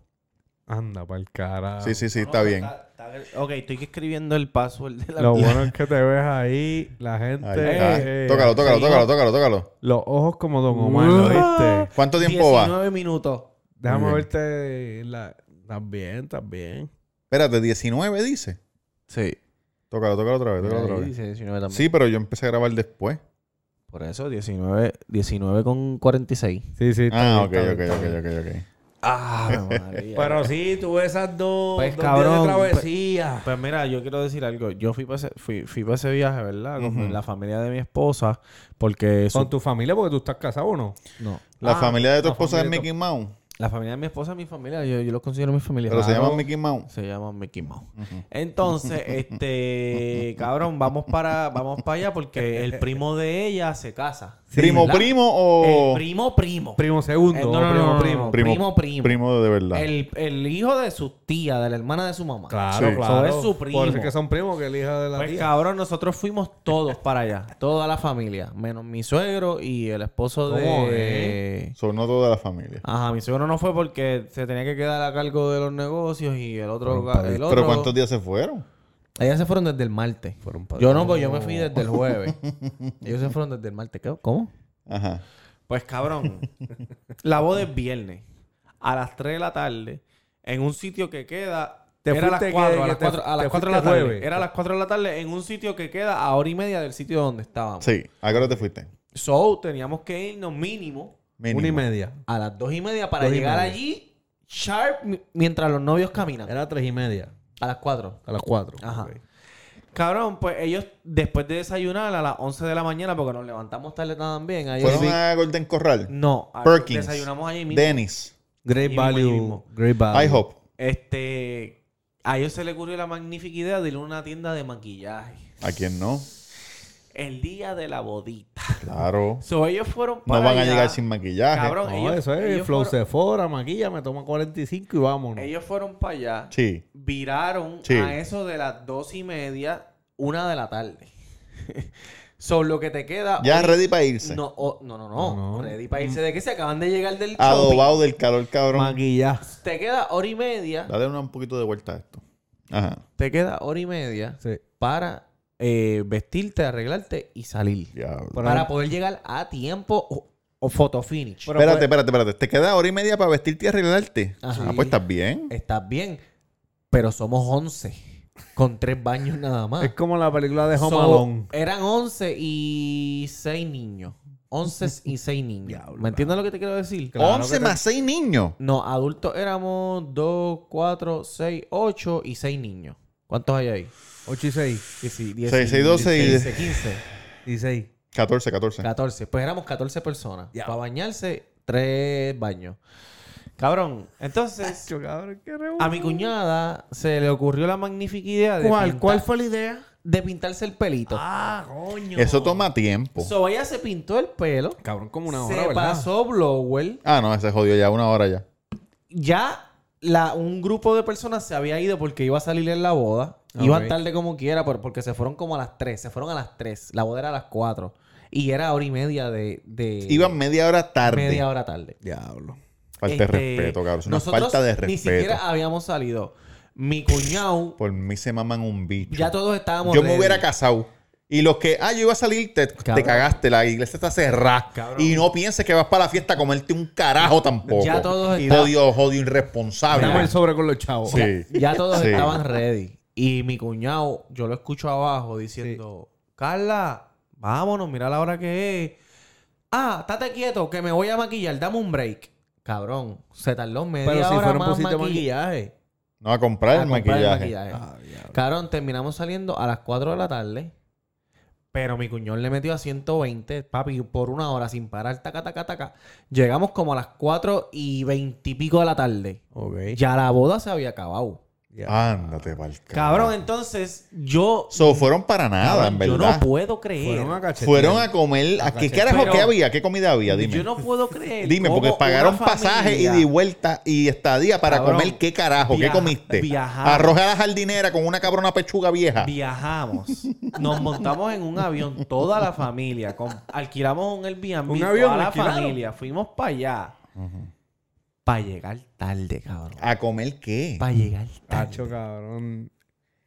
S3: Anda, para el carajo.
S2: Sí, sí, sí, está bien.
S5: Ok, estoy escribiendo el password de la...
S3: Lo bueno es que te ves ahí, la gente.
S2: Ahí está.
S3: eh,
S5: Este,
S2: Tócalo, tócalo, tócalo, tócalo, tócalo.
S3: Los ojos como Don Omar, ¿lo
S5: Ah.
S3: viste?
S2: ¿Cuánto tiempo va?
S5: 19 minutos.
S3: Déjame
S2: Muy bien.
S3: verte. La... Estás bien, estás bien.
S2: Espérate, 19 dice.
S5: Sí.
S2: Tócalo, tócalo otra vez, tócalo otra
S5: Ahí
S2: vez.
S5: dice 19 también.
S2: Sí, pero yo empecé a grabar después.
S5: Por eso, 19, 19 con 46.
S3: Sí, sí.
S2: Ah, ok, ok, ok, ok, ok.
S5: Ah, [LAUGHS] María.
S3: Pero sí, tuve esas dos.
S5: Pues,
S3: dos
S5: cabrón,
S3: días de travesía.
S5: Pues mira, yo quiero decir algo. Yo fui para ese, fui, fui pa' ese viaje, ¿verdad? Con
S2: Ujú.
S5: la familia de mi esposa. Porque... su-
S3: Con tu familia, porque tú estás casado o no.
S5: No.
S2: La
S3: Ah,
S2: familia de tu
S3: la
S2: esposa es
S3: familia
S2: Mickey
S3: de
S2: Mouse.
S5: La familia de mi esposa es mi familia. Yo, yo los considero mi familia.
S2: Pero se
S5: Claro.
S2: llama Mickey Mouse.
S5: Se llama Mickey Mouse. Entonces, este, cabrón, vamos para, vamos para allá porque el primo de ella se casa.
S2: ¿Primo
S5: ¿Verdad?
S2: primo
S5: El
S2: o...?
S5: primo primo.
S3: Primo segundo.
S5: Eh, no, no, no, no,
S3: primo.
S5: primo, primo.
S2: Primo de verdad.
S5: El, el hijo de su tía, de la hermana de su mamá.
S3: Claro,
S2: Sí.
S3: claro.
S5: Eso es su primo.
S3: Por eso es que son primos que el hijo de la
S5: Pues
S3: tía.
S5: cabrón, nosotros fuimos todos para allá, toda la familia, menos mi suegro y el esposo
S3: ¿Cómo
S5: de...
S2: Son no toda la familia.
S5: Ajá, mi suegro no fue porque se tenía que quedar a cargo de los negocios y el otro... Ah, el otro...
S2: Pero ¿cuántos días se fueron?
S5: Ellas se fueron desde el martes.
S3: Fueron para-
S5: Yo no, pues yo me fui desde el [LAUGHS] jueves. Ellos se fueron desde el martes. ¿Qué? ¿Cómo?
S2: Ajá.
S5: Pues cabrón, la boda es viernes a las 3 de la tarde en un sitio que queda...
S3: Te
S5: era a las
S3: fuiste que-
S5: 4, a
S3: que
S5: las
S3: te-
S5: 4, a las
S3: te
S5: 4 de la
S3: fuiste
S5: tarde.
S3: jueves.
S5: Era a las 4 de la tarde en un sitio que queda a hora y media del sitio donde estábamos.
S2: Sí. ¿A qué hora te fuiste?
S5: So, teníamos que irnos mínimo
S2: Mínimo.
S3: Una y media.
S5: a las dos y media para
S3: Dos y
S5: llegar
S3: media.
S5: allí sharp mi- mientras los novios caminan.
S3: Era tres y media.
S5: A las cuatro.
S3: A las cuatro.
S5: Ajá.
S3: Ok.
S5: Cabrón, pues ellos después de desayunar a las 11 de la mañana, porque nos levantamos tarde también. Ellos,
S2: ¿Fueron a Golden Corral?
S5: No, a-
S2: Perkins.
S5: desayunamos allí mismo.
S2: Dennis.
S3: Great
S5: Y
S3: value.
S5: mismo.
S3: Great value.
S2: I hope.
S5: Este, a ellos se les ocurrió la magnífica idea de ir a una tienda de maquillaje.
S2: ¿A quién no?
S5: El día de la bodita. [LAUGHS]
S2: Claro.
S5: So, ellos fueron para
S2: No van a
S5: allá.
S2: llegar sin maquillaje.
S5: Cabrón,
S3: No,
S5: ellos,
S3: eso es.
S5: ellos
S3: Flow
S5: fueron,
S3: Sephora, maquilla, me toma 45 y vámonos.
S5: ellos fueron para allá.
S2: Sí.
S5: viraron
S2: Sí.
S5: a eso de las dos y media, una de la tarde. [LAUGHS] Son lo que te queda.
S2: Ya
S5: hoy-
S2: ready para irse.
S5: No, o- no, no, no,
S3: No, no.
S5: Ready para irse de que se acaban de llegar del shopping.
S2: Adobado del calor, cabrón.
S3: Maquillaje.
S5: Te queda hora y media.
S2: Dale una- un poquito de vuelta a esto. Ajá.
S5: Te queda hora y media
S3: Sí.
S5: para eh, vestirte, arreglarte y salir.
S2: Diablo.
S3: Por
S5: para
S3: ahí.
S5: poder llegar a tiempo o, o photo finish.
S3: Pero-
S2: espérate,
S3: pues-
S2: espérate, espérate. ¿Te queda hora y media para vestirte y arreglarte?
S5: Ajá. Eh,
S2: Ah, pues estás bien.
S5: Estás bien, pero somos 11 con tres baños nada más.
S3: Es como la película de Home
S5: So,
S3: Alone.
S5: Eran 11 y 6 niños. 11 y 6
S3: [LAUGHS]
S5: niños.
S3: Diablo,
S5: ¿Me entiendes lo que te quiero decir?
S3: Claro que
S2: 11
S3: te-
S2: más 6 niños.
S5: No, adultos éramos 2, 4, 6, 8 y 6 niños. ¿Cuántos hay ahí?
S3: 8 y 6.
S5: 16,
S2: Seis, seis, doce y-
S5: 15,
S3: 16.
S2: 14, 14.
S5: 14. Pues éramos 14 personas.
S3: Ya.
S5: Para bañarse, 3 baños. Cabrón, entonces a mi cuñada se le ocurrió la magnífica idea de, pintar-
S3: fue la idea?
S5: de pintarse el pelito.
S3: Ah, coño.
S2: Eso toma tiempo.
S5: So, ella se pintó el pelo.
S3: Cabrón, como una hora,
S5: se
S3: ¿verdad?
S5: pasó blower.
S2: Ah, no, ese jodió ya, una hora ya.
S5: Ya la, un grupo de personas se había ido porque iba a salir en la boda.
S3: Ok.
S5: Iban tarde como quiera, pero porque se fueron como a las 3. Se fueron a las 3. La boda era a las 4. Y era hora y media de... de
S2: Iban media hora tarde.
S5: media hora tarde.
S3: Diablo.
S2: Falta de
S5: Este,
S2: respeto, cabrón. Es una
S5: nosotros
S2: falta de
S5: Ni
S2: respeto.
S5: siquiera habíamos salido. Mi cuñado...
S2: Por mí se maman un bicho.
S5: ya todos estábamos...
S2: yo me
S5: ready.
S2: hubiera casado. Y los que, ah, yo iba a salir, te, te
S5: Cabrón.
S2: cagaste. La iglesia está cerrada. Y no pienses que vas para la fiesta a comerte un carajo tampoco.
S5: Ya todos
S2: y
S5: está-
S2: Jodido, jodido
S3: Dame
S2: irresponsable.
S3: el sobre con los chavos.
S2: Sí.
S5: Ya todos
S2: [LAUGHS] Sí.
S5: estaban ready. Y mi cuñado, yo lo escucho abajo diciendo, Carla, vámonos, mira la hora que es. Ah, estate quieto, que me voy a maquillar, dame un break. Cabrón, se tardó media
S3: Pero si
S5: hora
S3: fueron
S5: más
S3: pusiste
S5: maquill-
S3: maquillaje.
S2: No, a comprar
S5: a
S2: el
S5: comprar el
S2: maquillaje.
S5: maquillaje.
S3: Ah, diablo.
S5: Cabrón, terminamos saliendo a las 4 de la tarde. Pero mi cuñón le metió a 120, papi, por una hora sin parar, taca, taca, taca. Llegamos como a las 4 y 20 y pico de la tarde.
S3: Ok.
S5: Ya Ah, la boda se había acabado.
S3: Ya.
S2: Ándate, pa'l
S5: Cabrón, entonces yo.
S2: So, fueron para nada,
S5: cabrón,
S2: en
S5: yo
S2: verdad.
S5: no puedo creer.
S3: Fueron a cachetear.
S2: fueron a comer. ¿a ¿Qué
S3: Pero-
S2: carajo que había? ¿Qué comida había? Dime.
S5: Yo no puedo creer.
S2: Dime, porque
S5: cómo
S2: pagaron
S5: una
S2: pasaje,
S5: familia-
S2: ida y vuelta y estadía para
S5: Cabrón,
S2: comer qué carajo,
S5: viaja-
S2: qué comiste.
S5: viajaron.
S2: Arroja a la jardinera con una cabrona pechuga vieja.
S5: Viajamos, nos montamos en un avión, toda la familia, con- alquilamos un Airbnb,
S3: Un avión,
S5: toda la
S3: alquilaron.
S5: familia, fuimos para allá. Para llegar tarde, cabrón.
S2: ¿A comer qué?
S5: Para llegar tarde.
S3: Hacho, cabrón.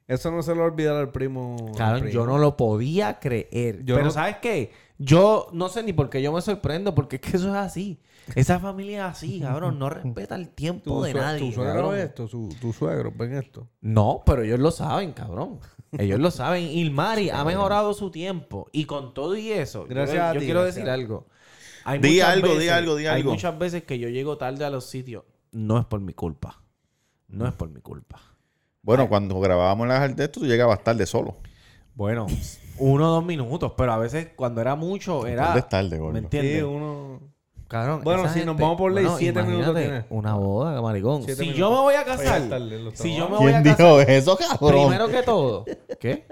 S3: Eso no se lo olvidar al primo.
S5: Cabrón, yo no lo podía creer.
S3: Yo
S5: Pero
S3: no-
S5: ¿sabes qué? Yo no sé ni por qué yo me sorprendo, porque es que eso es así. Esa familia es así, cabrón. No respeta el tiempo
S3: Tu,
S5: de
S3: sue-
S5: nadie.
S3: tu suegro
S5: cabrón.
S3: esto, su- tu suegro, ven esto.
S5: No, pero ellos lo saben, cabrón. Ellos lo saben. Ilmari ha mejorado su tiempo. Y con todo y eso, yo-
S3: Gracias
S5: yo,
S3: a ti,
S5: quiero
S3: gracias.
S5: decir algo. Hay
S2: Di
S5: muchas
S2: algo, di algo, di algo.
S5: Hay muchas veces que yo llego tarde a los sitios. No es por mi culpa. No es por mi culpa.
S2: Bueno, cuando grabábamos la jardinera, tú llegabas tarde solo.
S5: Bueno, uno o dos minutos, pero a veces cuando era mucho, era.
S2: Tarde es tarde, gordo.
S5: ¿Me entiendes?
S3: uno.
S5: Cabrón,
S3: Bueno,
S5: esa
S3: si nos
S5: gente-
S3: vamos por ley,
S5: Bueno,
S3: siete minutos
S5: imagínate,
S3: tiene.
S5: Una boda, maricón.
S3: Siete
S5: Si
S3: minutos.
S5: yo me voy a
S3: Oye,
S5: casar.
S3: es tarde, lo
S5: Si yo
S3: trabajo.
S5: me voy a
S2: ¿Quién
S5: casar.
S2: dijo eso, cabrón?
S5: Primero
S3: [LAUGHS]
S5: que todo. ¿Qué?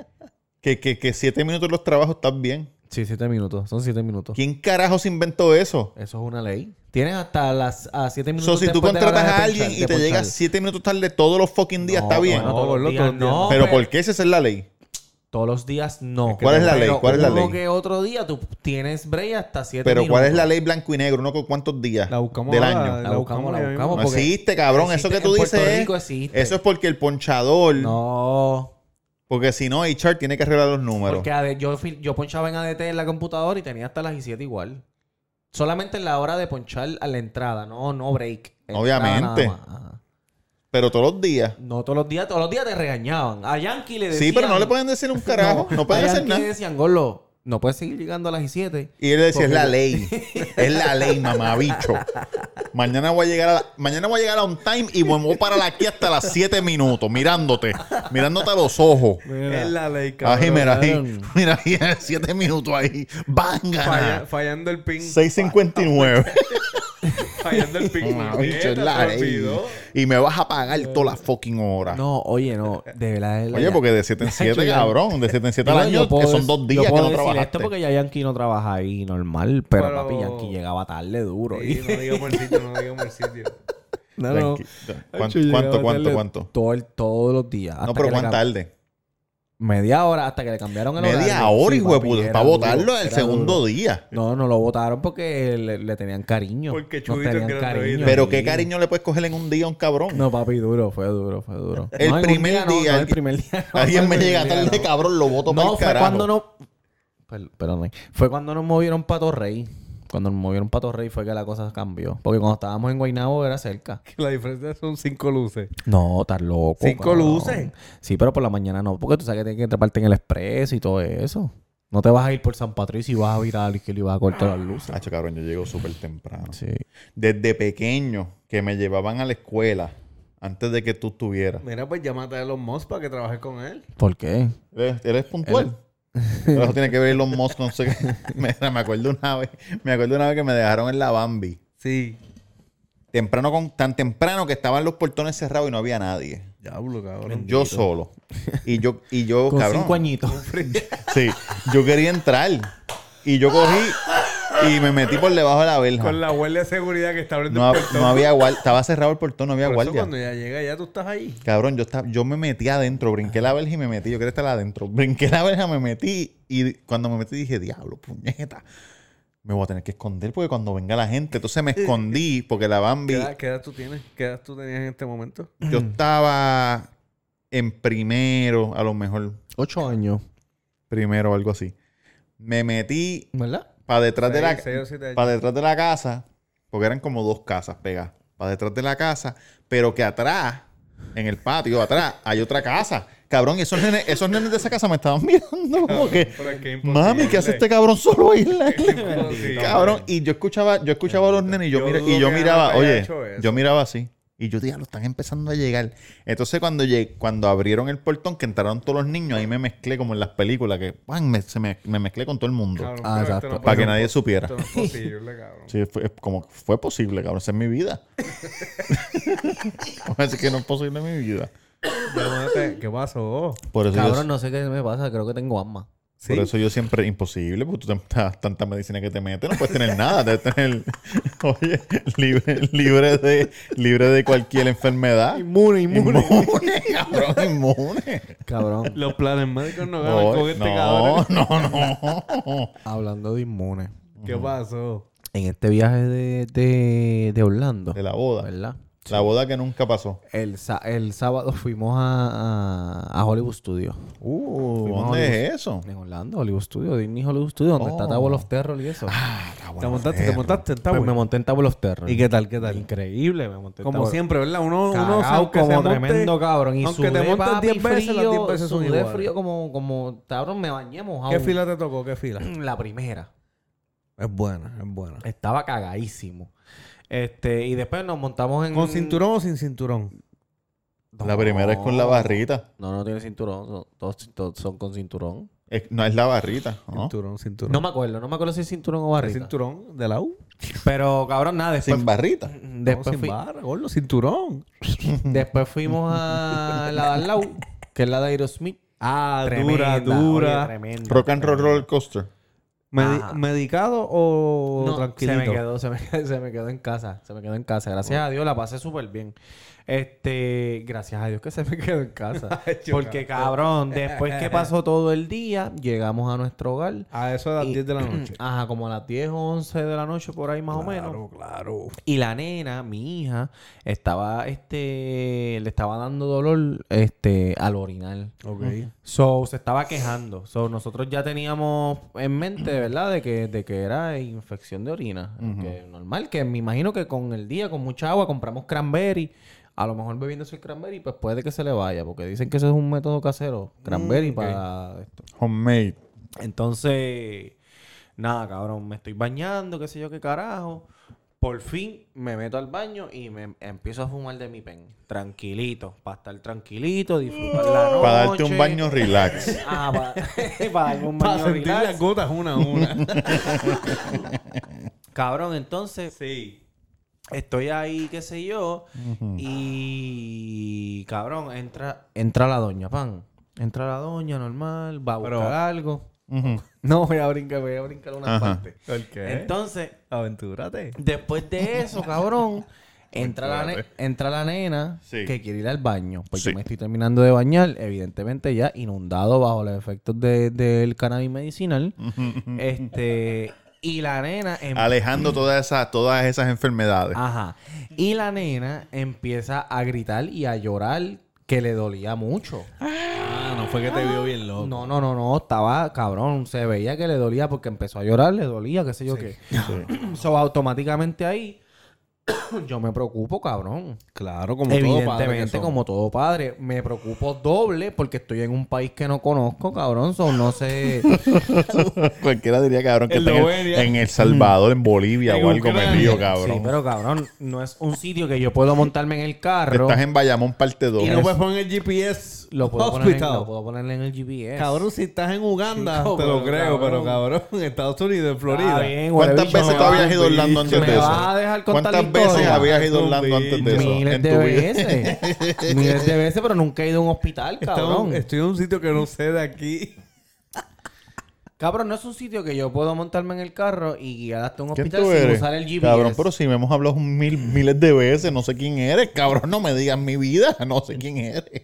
S2: Que, que, que siete minutos los trabajos están bien.
S5: Sí, siete minutos. Son siete minutos.
S2: ¿Quién carajo se inventó eso?
S5: Eso es una ley. Tienes hasta las a siete
S2: O
S5: minutos.
S2: sea, si tú
S5: después de la
S2: contratas
S5: hora de
S2: a alguien
S5: ponchar-
S2: y
S5: de
S2: te llegas
S5: ponchar.
S2: siete minutos tarde todos los fucking días, está
S5: No,
S2: bien.
S5: bueno, todos los
S3: Todos
S5: días
S3: los días
S5: no.
S2: pero ¿por qué esa es la ley?
S5: Todos los días no.
S2: ¿Cuál es la ley?
S5: Pero
S2: ¿Cuál es la
S5: uno
S2: ley?
S5: que otro día tú tienes break hasta siete
S2: Pero
S5: minutos.
S2: ¿cuál es la ley blanco y negro? ¿No con cuántos días
S3: La buscamos
S2: del
S3: ahora,
S2: año?
S5: La buscamos, la
S3: ahí mismo.
S5: buscamos.
S2: No
S5: porque
S2: existe, cabrón.
S5: existe-
S2: eso que tú
S5: en
S2: dices
S5: Puerto
S2: es-
S5: Rico existe.
S2: Eso es porque el ponchador...
S5: No.
S2: Porque si no, HR tiene que arreglar los números.
S5: Porque AD yo, fil- yo ponchaba en ADT en la computadora y tenía hasta las 17 igual. Solamente en la hora de ponchar a la entrada, no, no break. Entrada
S2: Obviamente.
S5: nada más, ajá.
S2: Pero todos los días.
S5: No todos los días, todos los días te regañaban. A Yankee le decían.
S2: Sí, pero no le pueden decir un carajo. No, pueden
S5: a
S2: hacer
S5: Yankee
S2: nada.
S5: le decían, Gorlo, no puedes seguir llegando a las 17.
S2: Y él decía,
S5: Porque-
S2: es la ley. Es la ley, mamabicho. Mañana voy a llegar a, la- mañana voy a, llegar a un time y me voy a parar aquí hasta las 7 minutos, mirándote, mirándote a los ojos.
S3: Mira,
S5: la ley,
S2: Ahí, mira, ahí,
S5: cabrón.
S2: mira, ahí, 7 minutos ahí.
S3: [LAUGHS] falla-
S2: ¡Banga!
S3: fallando el pin.
S2: 6.59.
S3: Fallando el
S5: [LAUGHS]
S2: [LAUGHS]
S3: pin.
S2: Mamabicho, es la
S3: Puñeta, se
S2: ley.
S3: olvidó.
S2: Y me vas a pagar toda la fucking hora.
S5: No, oye, no. De verdad. de
S2: Oye,
S5: verdad.
S2: porque de 7 en
S5: Nacho,
S2: 7,
S5: ya-
S2: cabrón. De 7 en 7 al
S5: Digo, yo
S2: año,
S5: puedo
S2: que son
S5: dec-
S2: dos días
S5: yo
S2: que
S5: puedo
S2: no
S5: decir
S2: trabajaste.
S5: esto porque ya Yankee no trabaja ahí, normal. Pero,
S3: Pero-
S5: papi, Yankee llegaba tarde duro.
S3: Sí, no digamos el sitio, no digamos el sitio.
S5: No, no.
S2: Tranqui- ¿Cuánto, cuánto, cuánto? cuánto?
S5: Todo el- todos los días. hasta
S2: No, pero
S5: que le
S2: ¿cuán
S5: cam-
S2: tarde?
S5: Media hora hasta que le cambiaron el horario.
S2: Media hora,
S5: Sí,
S2: hijo de
S5: papi,
S2: puta.
S5: era
S2: Para
S5: duro,
S2: votarlo el
S5: era
S2: segundo
S5: duro.
S2: día.
S5: No, no lo votaron porque le, le tenían cariño.
S3: Porque
S5: Nos
S3: Chubito es
S5: tenían
S3: grande vida.
S2: Pero
S5: Sí.
S2: qué cariño le puedes coger en un día a un cabrón.
S5: No, papi, duro, fue duro, fue duro.
S2: El
S5: No, en un
S2: primer
S5: no,
S2: día,
S5: no,
S2: el-
S5: el primer día. no,
S2: Alguien me
S5: el
S2: llega
S5: primer día
S2: tarde,
S5: no.
S2: cabrón, lo voto para
S5: [LAUGHS] No,
S2: el
S5: fue
S2: carajo.
S5: cuando no. Per- Perdón, fue cuando nos movieron para Torrey. Cuando nos movieron para Torrey fue que la cosa cambió. Porque cuando estábamos en Guaynabo era cerca.
S3: [LAUGHS] Que La diferencia son cinco luces.
S5: No, estás loco.
S2: Oh,
S3: ¿Cinco
S5: cabrón.
S3: luces?
S5: Sí, pero por la mañana no. Porque tú sabes que tienes que treparte en el expreso y todo eso. No te vas a ir por San Patricio y vas a virar a la izquierda y vas a cortar las luces.
S2: Hacho, cabrón, yo llego súper temprano.
S5: Sí.
S2: Desde pequeño, que me llevaban a la escuela antes de que tú estuvieras.
S3: Mira, pues llámate a Elon Musk para que trabajes con él.
S5: ¿Por qué?
S2: ¿Eres, eres puntual? Eso tiene que
S5: [LAUGHS]
S2: ver los Musk, no sé qué. Mira, me acuerdo una vez, me acuerdo una vez que me dejaron en la Bambi.
S3: Sí.
S2: Temprano con, tan temprano que estaban los portones cerrados y no había nadie.
S3: Diablo, cabrón.
S2: Yo solo. Y yo, y yo,
S5: Con
S2: cabrón.
S5: cinco añitos.
S2: Sí, yo quería entrar. Y yo cogí y me metí por debajo de la verja.
S3: Con la guardia de seguridad que está abriendo
S2: No,
S3: el
S2: hab-
S3: portón.
S2: no había guardia. Estaba cerrado el portón, no había
S3: Por eso
S2: guardia.
S3: cuando ya llega, ya tú estás ahí.
S2: Cabrón, yo, estaba, yo me metí adentro, brinqué la verja y me metí. Yo quería estar adentro. Brinqué la verja, me metí. Y cuando me metí dije, diablo, puñeta. Me voy a tener que esconder porque cuando venga la gente. Entonces me escondí porque la Bambi.
S3: ¿Qué edad, qué edad tú tienes? ¿Qué edad tú tenías en este momento?
S2: Yo estaba en primero, a lo mejor
S5: Ocho años.
S2: primero o algo así. Me metí
S5: ¿Verdad?
S2: para detrás de la.
S3: Seis- seis o siete años.
S2: para detrás de la casa, porque eran como dos casas pegadas, para detrás de la casa, pero que atrás, en el patio atrás, hay otra casa. Cabrón, y esos nenes, esos nenes de esa casa me estaban [LAUGHS] mirando como que,
S3: Pero es que es
S2: mami, ¿qué hace este cabrón solo ahí? en
S3: [LAUGHS]
S2: la esquina?"
S3: imposible.
S2: cabrón, y yo escuchaba, yo escuchaba a los nenes y yo,
S3: Yo
S2: mira-
S3: dudo
S2: y yo
S3: que
S2: miraba,
S3: haya
S2: oye,
S3: hecho eso.
S2: yo miraba así. Y yo, lo están empezando a llegar. Entonces, cuando, lleg- cuando abrieron el portón, que entraron todos los niños, ahí me mezclé como en las películas, que ¡pam! Me, se me, me mezclé con todo el mundo.
S3: Cabrón,
S5: Ah,
S3: pero esto
S5: exacto.
S3: no
S2: para
S3: puede
S2: que
S3: ser
S2: nadie
S3: pos-
S2: supiera.
S3: Esto no es posible, [LAUGHS] cabrón.
S2: Sí, fue, como fue posible, cabrón. Esa es mi
S5: [LAUGHS]
S2: vida. [LAUGHS] Vamos a decir que no es posible mi vida.
S3: Llámate, ¿Qué pasó?
S2: Por eso,
S5: Cabrón,
S2: yo,
S5: no sé qué me pasa. Creo que tengo asma.
S3: Sí.
S2: por eso yo siempre imposible, porque tú te- [LAUGHS] tanta medicina que te metes, no puedes tener nada. Debes tener, [LAUGHS] oye, libre, libre, de, libre de cualquier enfermedad.
S5: Inmune,
S2: Inmune, [LAUGHS] cabrón, inmune.
S5: Cabrón,
S3: Los planes médicos no ganan
S2: No,
S3: con este
S2: no,
S3: cabrón.
S2: no, no.
S5: hablando de inmune.
S3: ¿Qué pasó?
S5: En este viaje de, de, de Orlando.
S2: De la boda.
S5: ¿Verdad?
S2: La boda que nunca pasó.
S5: El, sa- el sábado fuimos a, a, a Hollywood Studios.
S2: Uh,
S5: Fuimos a
S2: ¿Dónde es eso?
S5: En Orlando, Hollywood Studios, Disney Hollywood Studios, donde
S2: Oh.
S5: está Table of Terror y eso.
S2: Ah, la boda
S3: ¿Te montaste? ¿Te
S2: perro.
S3: montaste? Está
S5: Pues me
S3: bueno.
S5: monté en Table of Terror.
S3: ¿Y qué tal? ¿Qué tal?
S5: Increíble, me monté en
S3: Como
S5: Table-
S3: siempre, ¿verdad? Uno, uno
S5: Cagao
S3: aunque
S5: como
S3: se monte-
S5: tremendo cabrón. Y
S3: aunque te
S5: sudé,
S3: montes
S5: papi,
S3: 10 veces, las
S5: frío,
S3: 10 veces son
S5: sudé
S3: iguales.
S5: frío como, como, cabrón, me bañé mojado.
S3: ¿Qué fila te tocó? ¿Qué fila?
S5: [CLEARS THROAT] La primera.
S3: Es buena, es buena.
S5: Estaba cagadísimo. Este, y después nos montamos en...
S3: ¿Con cinturón o sin cinturón?
S2: La primera es con la
S5: No.
S2: barrita.
S5: No, no tiene cinturón. son- Todos, todos son con cinturón.
S2: Es- no es la barrita. ¿no?
S3: Cinturón, cinturón.
S5: No me acuerdo. No me acuerdo si es cinturón o
S3: ¿El
S5: barrita.
S3: cinturón de la U?
S5: Pero, cabrón, nada. Después,
S2: Sin barrita.
S5: después,
S3: sin
S5: fui-
S3: barra, gordo, cinturón.
S5: después fuimos a la de al lado, que es la de Aerosmith.
S3: Ah,
S5: Tremenda, oye,
S3: dura, dura.
S5: tremenda,
S2: Rock and roll
S5: tremenda.
S2: roller coaster.
S3: Medi-
S5: Ajá.
S3: ¿Medicado o
S5: No,
S3: tranquilito?
S5: Se me quedó, se me, [LAUGHS] se me quedó en casa. Se me quedó en casa. Gracias a Dios la pasé súper bien. Este, gracias a Dios que se me [LAUGHS] quedó
S3: [LAUGHS]
S5: en casa. Porque cabrón, después que pasó todo el día, llegamos a nuestro hogar.
S3: A eso de las
S5: Y-
S3: 10 de la [CLEARS THROAT] noche.
S5: Ajá, Ah, como a las 10 o 11 de la noche por ahí más o menos.
S3: Claro, claro.
S5: Y la nena, mi hija, estaba, este, le estaba dando dolor, este, al orinar.
S3: Ok.
S5: So, se estaba quejando. So, nosotros ya teníamos en mente, ¿verdad? De que, de que era infección de orina. Que normal, que me imagino que con el día, con mucha agua, compramos cranberry. A lo mejor bebiéndose el cranberry, pues puede que se le vaya. Porque dicen que eso es un método casero.
S2: mm,
S5: Cranberry
S3: ok.
S5: para esto.
S2: Homemade.
S5: Entonces, nada, cabrón, me estoy bañando, qué sé yo qué carajo. Por fin me meto al baño y me empiezo a fumar de mi pen. Tranquilito, para estar tranquilito, disfrutar la noche.
S2: Para darte un baño relax.
S5: [LAUGHS] Ah, para, darme [LAUGHS] un
S3: Para
S5: baño
S3: sentir
S5: relax.
S3: las gotas una a [LAUGHS] una.
S5: Cabrón, entonces. Sí. Estoy ahí, qué sé yo. Y. Cabrón, entra, entra la doña, pan. Entra la doña, normal, va a buscar
S3: Pero-
S5: algo.
S2: Ujú.
S5: [LAUGHS] No, voy a brincar, voy a brincar una
S2: Ajá.
S5: parte.
S3: ¿Por qué?
S5: Entonces,
S3: Aventúrate.
S5: Después de eso, cabrón, entra, la ne- entra la nena
S2: Sí.
S5: que quiere ir al baño. Porque
S2: Sí.
S5: me estoy terminando de bañar, evidentemente ya inundado bajo los efectos de- del cannabis medicinal. este, y la nena em-
S2: Alejando todas esas, todas esas enfermedades.
S5: Ajá. Y la nena empieza a gritar y a llorar que le dolía mucho.
S3: Ah, no fue que te vio bien loco.
S5: No, no, no, no, estaba cabrón, se veía que le dolía porque empezó a llorar, le dolía, qué sé
S3: [LAUGHS]
S5: yo qué. So, automáticamente ahí [COUGHS] yo me preocupo, cabrón.
S3: Claro, como todo padre que
S5: Evidentemente,
S3: somos.
S5: como todo padre, me preocupo doble porque estoy en un país que no conozco, cabrón. So,
S3: [LAUGHS]
S5: no sé.
S2: Cualquiera diría, cabrón, que
S3: En
S2: está en, el-
S3: Lovenia.
S2: en El Salvador, en Bolivia
S3: En
S2: o algo
S3: Ucrania.
S2: metido, cabrón.
S5: Sí, pero cabrón, no es un sitio que yo puedo montarme en el carro.
S2: Estás en Bayamón, parte 2.
S3: Y no puedes poner el GPS
S5: Lo puedo, poner en,
S3: hospital.
S5: lo puedo poner en el GPS.
S3: Cabrón, si estás en Uganda,
S5: Chico,
S3: te lo
S5: pero
S3: creo,
S5: cabrón.
S3: pero cabrón, en Estados Unidos, en Florida.
S5: Está Ah, bien, huele Ah,
S2: ¿Cuántas
S5: bicho,
S2: veces
S5: me
S2: tú
S5: va-
S2: habías ido a Orlando antes
S5: me
S2: de
S5: vas a
S2: eso?
S5: dejar contar la
S2: ¿Cuántas veces
S5: historia?
S2: habías ido a
S3: Son
S2: Orlando antes de eso?
S5: Miles
S2: En
S5: de
S2: tu vida. [LAUGHS]
S5: veces. Miles de veces, pero nunca he ido a un hospital,
S3: Estaba-
S5: cabrón.
S3: estoy en un sitio que no sé de aquí.
S5: Cabrón, no es un sitio que yo puedo montarme en el carro y guiar hasta un
S2: ¿Quién
S5: hospital
S2: tú
S5: sin
S2: eres?
S5: usar el GPS.
S2: Cabrón, pero si me hemos hablado un mil, miles de veces, no sé quién eres, cabrón, no me digas mi vida, [LAUGHS] no sé quién eres.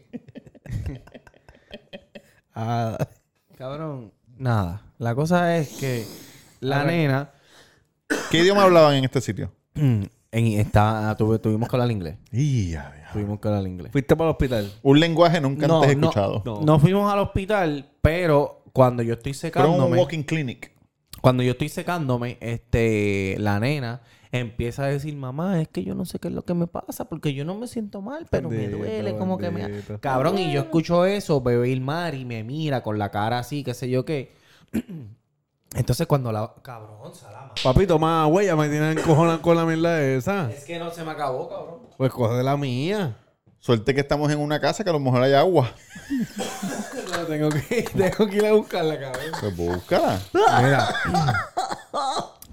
S3: Ah,
S5: [LAUGHS] Cabrón, nada. La cosa es que la nena
S2: ¿Qué idioma hablaban en este sitio?
S5: en, está, ah, tuve- tuvimos que hablar inglés.
S2: Ia, ia.
S5: Tuvimos que hablar inglés.
S3: fuiste para el hospital.
S2: Un lenguaje nunca antes escuchado.
S5: No, no fuimos al hospital, pero cuando yo estoy
S2: Pero en un
S5: secándome,
S2: walking clinic.
S5: cuando yo estoy secándome, este, la nena empieza a decir, mamá, es que yo no sé qué es lo que me pasa, porque yo no me siento mal, pero
S3: Bendito,
S5: me duele, como que me...
S3: bendito.
S5: Cabrón, y yo escucho eso, bebé Ilmar, y me mira con la cara así, qué sé yo qué. [CLEARS THROAT] Entonces cuando la... Cabrón, salama.
S3: Papito, más huella me tienen encojonado con la mierda esa.
S5: Es que no se me acabó, cabrón.
S3: Pues coge la mía.
S2: Suerte que estamos en una casa que a lo mejor hay agua.
S5: No, tengo que, tengo que ir [LAUGHS] a buscarla, cabrón.
S2: Pues búscala.
S3: Mira.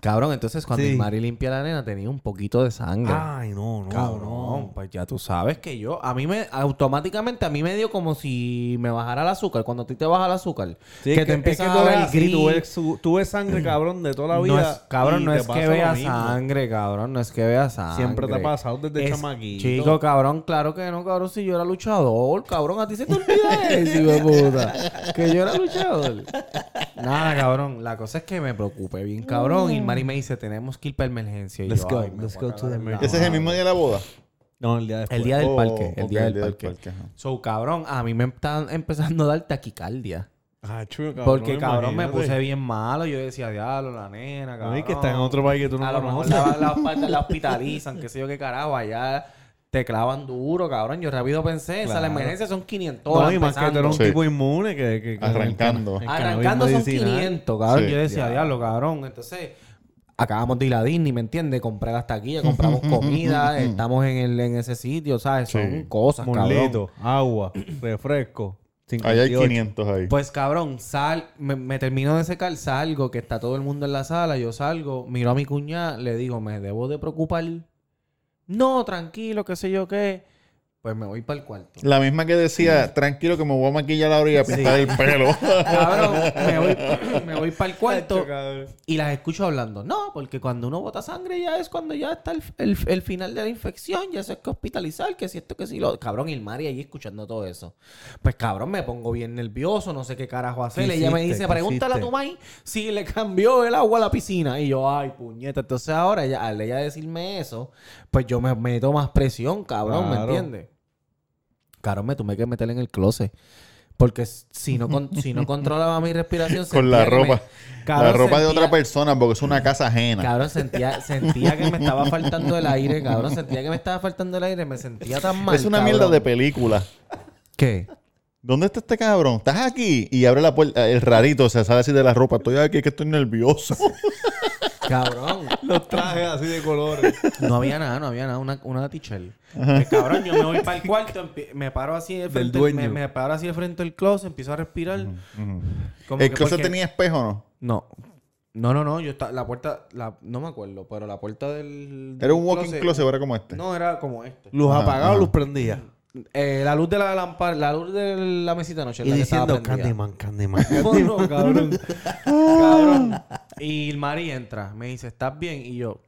S5: Cabrón, entonces cuando
S3: Sí.
S5: el Mari limpia la nena tenía un poquito de sangre.
S3: Ay, no, no,
S5: cabrón,
S3: no.
S5: pues ya tú sabes que yo, a mí me, automáticamente a mí me dio como si me bajara el azúcar. Cuando a ti te baja el azúcar,
S3: Sí,
S5: que
S3: es
S5: te
S3: es
S5: empieza
S3: tú
S5: a
S3: eres
S5: dar el
S3: así, tú
S5: gris. Mm.
S3: eres su- Tú ves sangre, cabrón, de toda la vida.
S5: No es, cabrón,
S3: y
S5: no
S3: te
S5: es
S3: pasa
S5: que
S3: lo
S5: veas
S3: mismo. [LAUGHS]
S5: sangre, cabrón. No es que veas sangre.
S3: Siempre te ha pasado desde
S5: Es-
S3: chamaquito.
S5: Chico, cabrón, claro que no, cabrón. Si yo era luchador, cabrón, a ti se
S3: [LAUGHS]
S5: te olvida eso, hijo de puta. Que yo era luchador. Nada, cabrón. La cosa es que me preocupé bien, cabrón. Y Mari me dice, tenemos que ir para emergencia. Y
S3: Mm. Let's
S5: yo,
S3: go,
S5: "Ay, me
S3: let's
S5: voy a
S3: go to the
S5: cagar en la
S3: emergency".
S2: Ese es el mismo día de la boda.
S3: No, el día después.
S5: El día del
S2: Oh,
S5: parque. El
S2: ok,
S5: día del parque.
S2: ajá.
S5: So, cabrón, a mí me están empezando a dar taquicardia.
S3: Ah, chulo, cabrón,
S5: Porque, cabrón, me
S3: imagínate.
S5: puse bien malo. Yo decía, diablo, la nena,
S3: No,
S5: cabrón.
S3: es que está en otro país que tú no
S5: A lo mejor
S3: conoces.
S5: la, la- la hospitalizan, qué sé yo qué carajo. Allá te clavan duro, cabrón. Yo rápido pensé, esa la
S3: Claro.
S5: emergencia son 500
S3: [LAUGHS] No, y más que tú
S5: empezando.
S3: eres un
S2: Sí.
S3: tipo inmune que... que- que-
S2: Arrancando.
S3: el cannabis
S5: Arrancando son
S3: medicinal.
S5: 500, cabrón.
S2: Sí.
S5: yo decía, diablo, cabrón. Entonces, acabamos de ir a Disney, ¿me entiendes? Compré las taquillas,
S3: [LAUGHS]
S5: compramos
S3: Mm,
S5: comida, estamos en, el, en ese sitio, ¿sabes? Son
S2: Sí.
S5: cosas, cabrón.
S3: Mulito, agua, [CLEARS THROAT] refresco.
S2: Ahí hay
S3: 58.
S2: 500 ahí.
S5: Pues cabrón, sal, me, me termino de secar, salgo, que está todo el mundo en la sala, yo salgo, miro a mi cuñada, le digo, me debo de preocupar. No, tranquilo, qué sé yo qué. Pues me voy para el cuarto.
S2: [LAUGHS] La misma que decía, tranquilo que me voy a maquillar ahora y a pintar el
S5: [LAUGHS]
S2: pelo.
S5: Cabrón, me voy, me voy para el cuarto
S3: Cabrón.
S5: y las escucho hablando. No, porque cuando uno bota sangre ya es cuando ya está el, el- el final de la infección, ya eso es que hospitalizar, que si esto, que si lo. Cabrón, y el Mari ahí escuchando todo eso. Pues cabrón, me pongo bien nervioso, no sé qué carajo hacer.
S3: ¿Qué
S5: Ella me
S3: hiciste?
S5: dice,
S3: ¿Qué
S5: pregúntale a tu
S3: hiciste?"
S5: mai si le cambió el agua a la piscina. Y yo, ay, puñeta. Entonces ahora, ella, al ella decirme eso, pues yo me meto más presión, cabrón, ¿me
S3: Claro.
S5: entiendes? Cabrón, me tuve que meter en el closet. Porque si no, con-
S2: [LAUGHS]
S5: si no controlaba mi respiración...
S2: Con
S5: sentía
S2: la
S5: que me-
S2: ropa. La
S5: Cabrón,
S2: ropa de otra
S5: sentía-
S2: persona porque es una casa ajena.
S5: Cabrón, sentía, sentía que me estaba faltando el aire, cabrón. Sentía que me estaba faltando el aire. Me sentía tan mal,
S2: Es una
S5: cabrón.
S2: mierda de película.
S5: ¿Qué?
S2: ¿Dónde está este cabrón? ¿Estás aquí? Y abre la puerta, el rarito se sale así de la ropa. Estoy aquí, que estoy nervioso.
S5: Cabrón.
S3: Los trajes así de colores.
S5: No había nada, no había nada. Una, una tichel. Eh, cabrón, yo me voy para el cuarto. empi- Me paro así de frente.
S3: dueño.
S5: Me, me paro así de frente del closet. Empiezo a respirar. Como
S2: ¿El
S5: que
S2: closet
S5: porque-
S2: tenía espejo o no?
S5: No. No, no, no. Yo estaba... La puerta... La... No me acuerdo. Pero la puerta del...
S2: Era un
S5: del
S2: walking closet, o era como este.
S5: No, era como este.
S3: Luz
S2: Ajá,
S3: apagada
S2: ajá.
S3: o luz prendida.
S5: Eh, la luz de la lámpara... La luz de la mesita de noche.
S3: Y
S5: la que estaba
S3: diciendo
S5: prendida.
S3: Candyman, Candyman.
S5: No, [LAUGHS] no, cabrón. cabrón. Y el Mari entra, me dice, ¿estás bien? Y yo,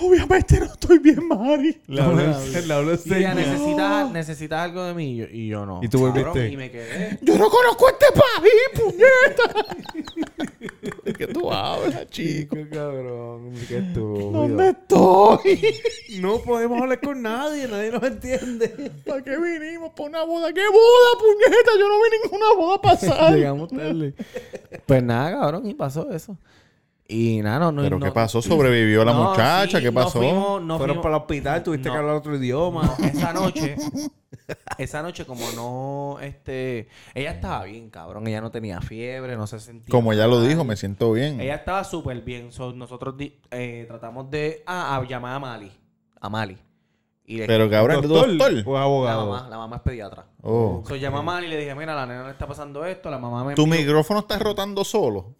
S2: Obviamente no estoy bien, Mari.
S3: [LAUGHS] Le [LAUGHS] habló el- le habló el
S5: y ella,
S3: señor. [LAUGHS]
S5: ¿necesitas, necesitas algo de mí? Y yo, y yo no.
S3: Y tú
S5: Cabrón,
S3: volviste.
S5: Y me quedé.
S2: Yo no conozco este país, puñeta. ¿De qué tú hablas, chico?
S5: cabrón, qué estúpido.
S2: ¿Dónde estoy?
S3: [LAUGHS] No podemos hablar con nadie, nadie nos entiende.
S2: ¿Para qué vinimos? ¿Para una boda? ¿Qué boda, puñeta? Yo no vi ninguna boda
S5: [LAUGHS]
S2: pasar.
S5: Llegamos tarde. Pues nada, cabrón, y pasó eso. Y nada, no, no.
S2: ¿Pero
S5: no-
S2: qué pasó? ¿Sobrevivió la
S5: No,
S2: muchacha?
S5: sí,
S2: ¿Qué
S5: no
S2: pasó?
S5: fuimos- no
S3: Fueron
S5: fuimos-
S3: para el hospital, tuviste
S5: No.
S3: que hablar otro idioma.
S5: esa
S2: [LAUGHS]
S5: noche, esa noche como no, este, ella estaba bien, cabrón, ella no tenía fiebre, no se sentía.
S2: Como ya lo
S5: mal.
S2: dijo, me siento bien.
S5: Ah. Ella estaba súper bien. So, nosotros di- eh, tratamos de ah, a llamar a Mali. A Mali. Y le
S2: Pero cabrón, ¿tú doctor?
S3: o
S5: la
S3: pues, abogado?
S5: mamá, la mamá es pediatra.
S2: Oh.
S5: So, llamé a Mali y le dije, mira, la nena le está pasando esto, la mamá me
S2: ¿Tu
S5: envió-
S2: micrófono está rotando solo?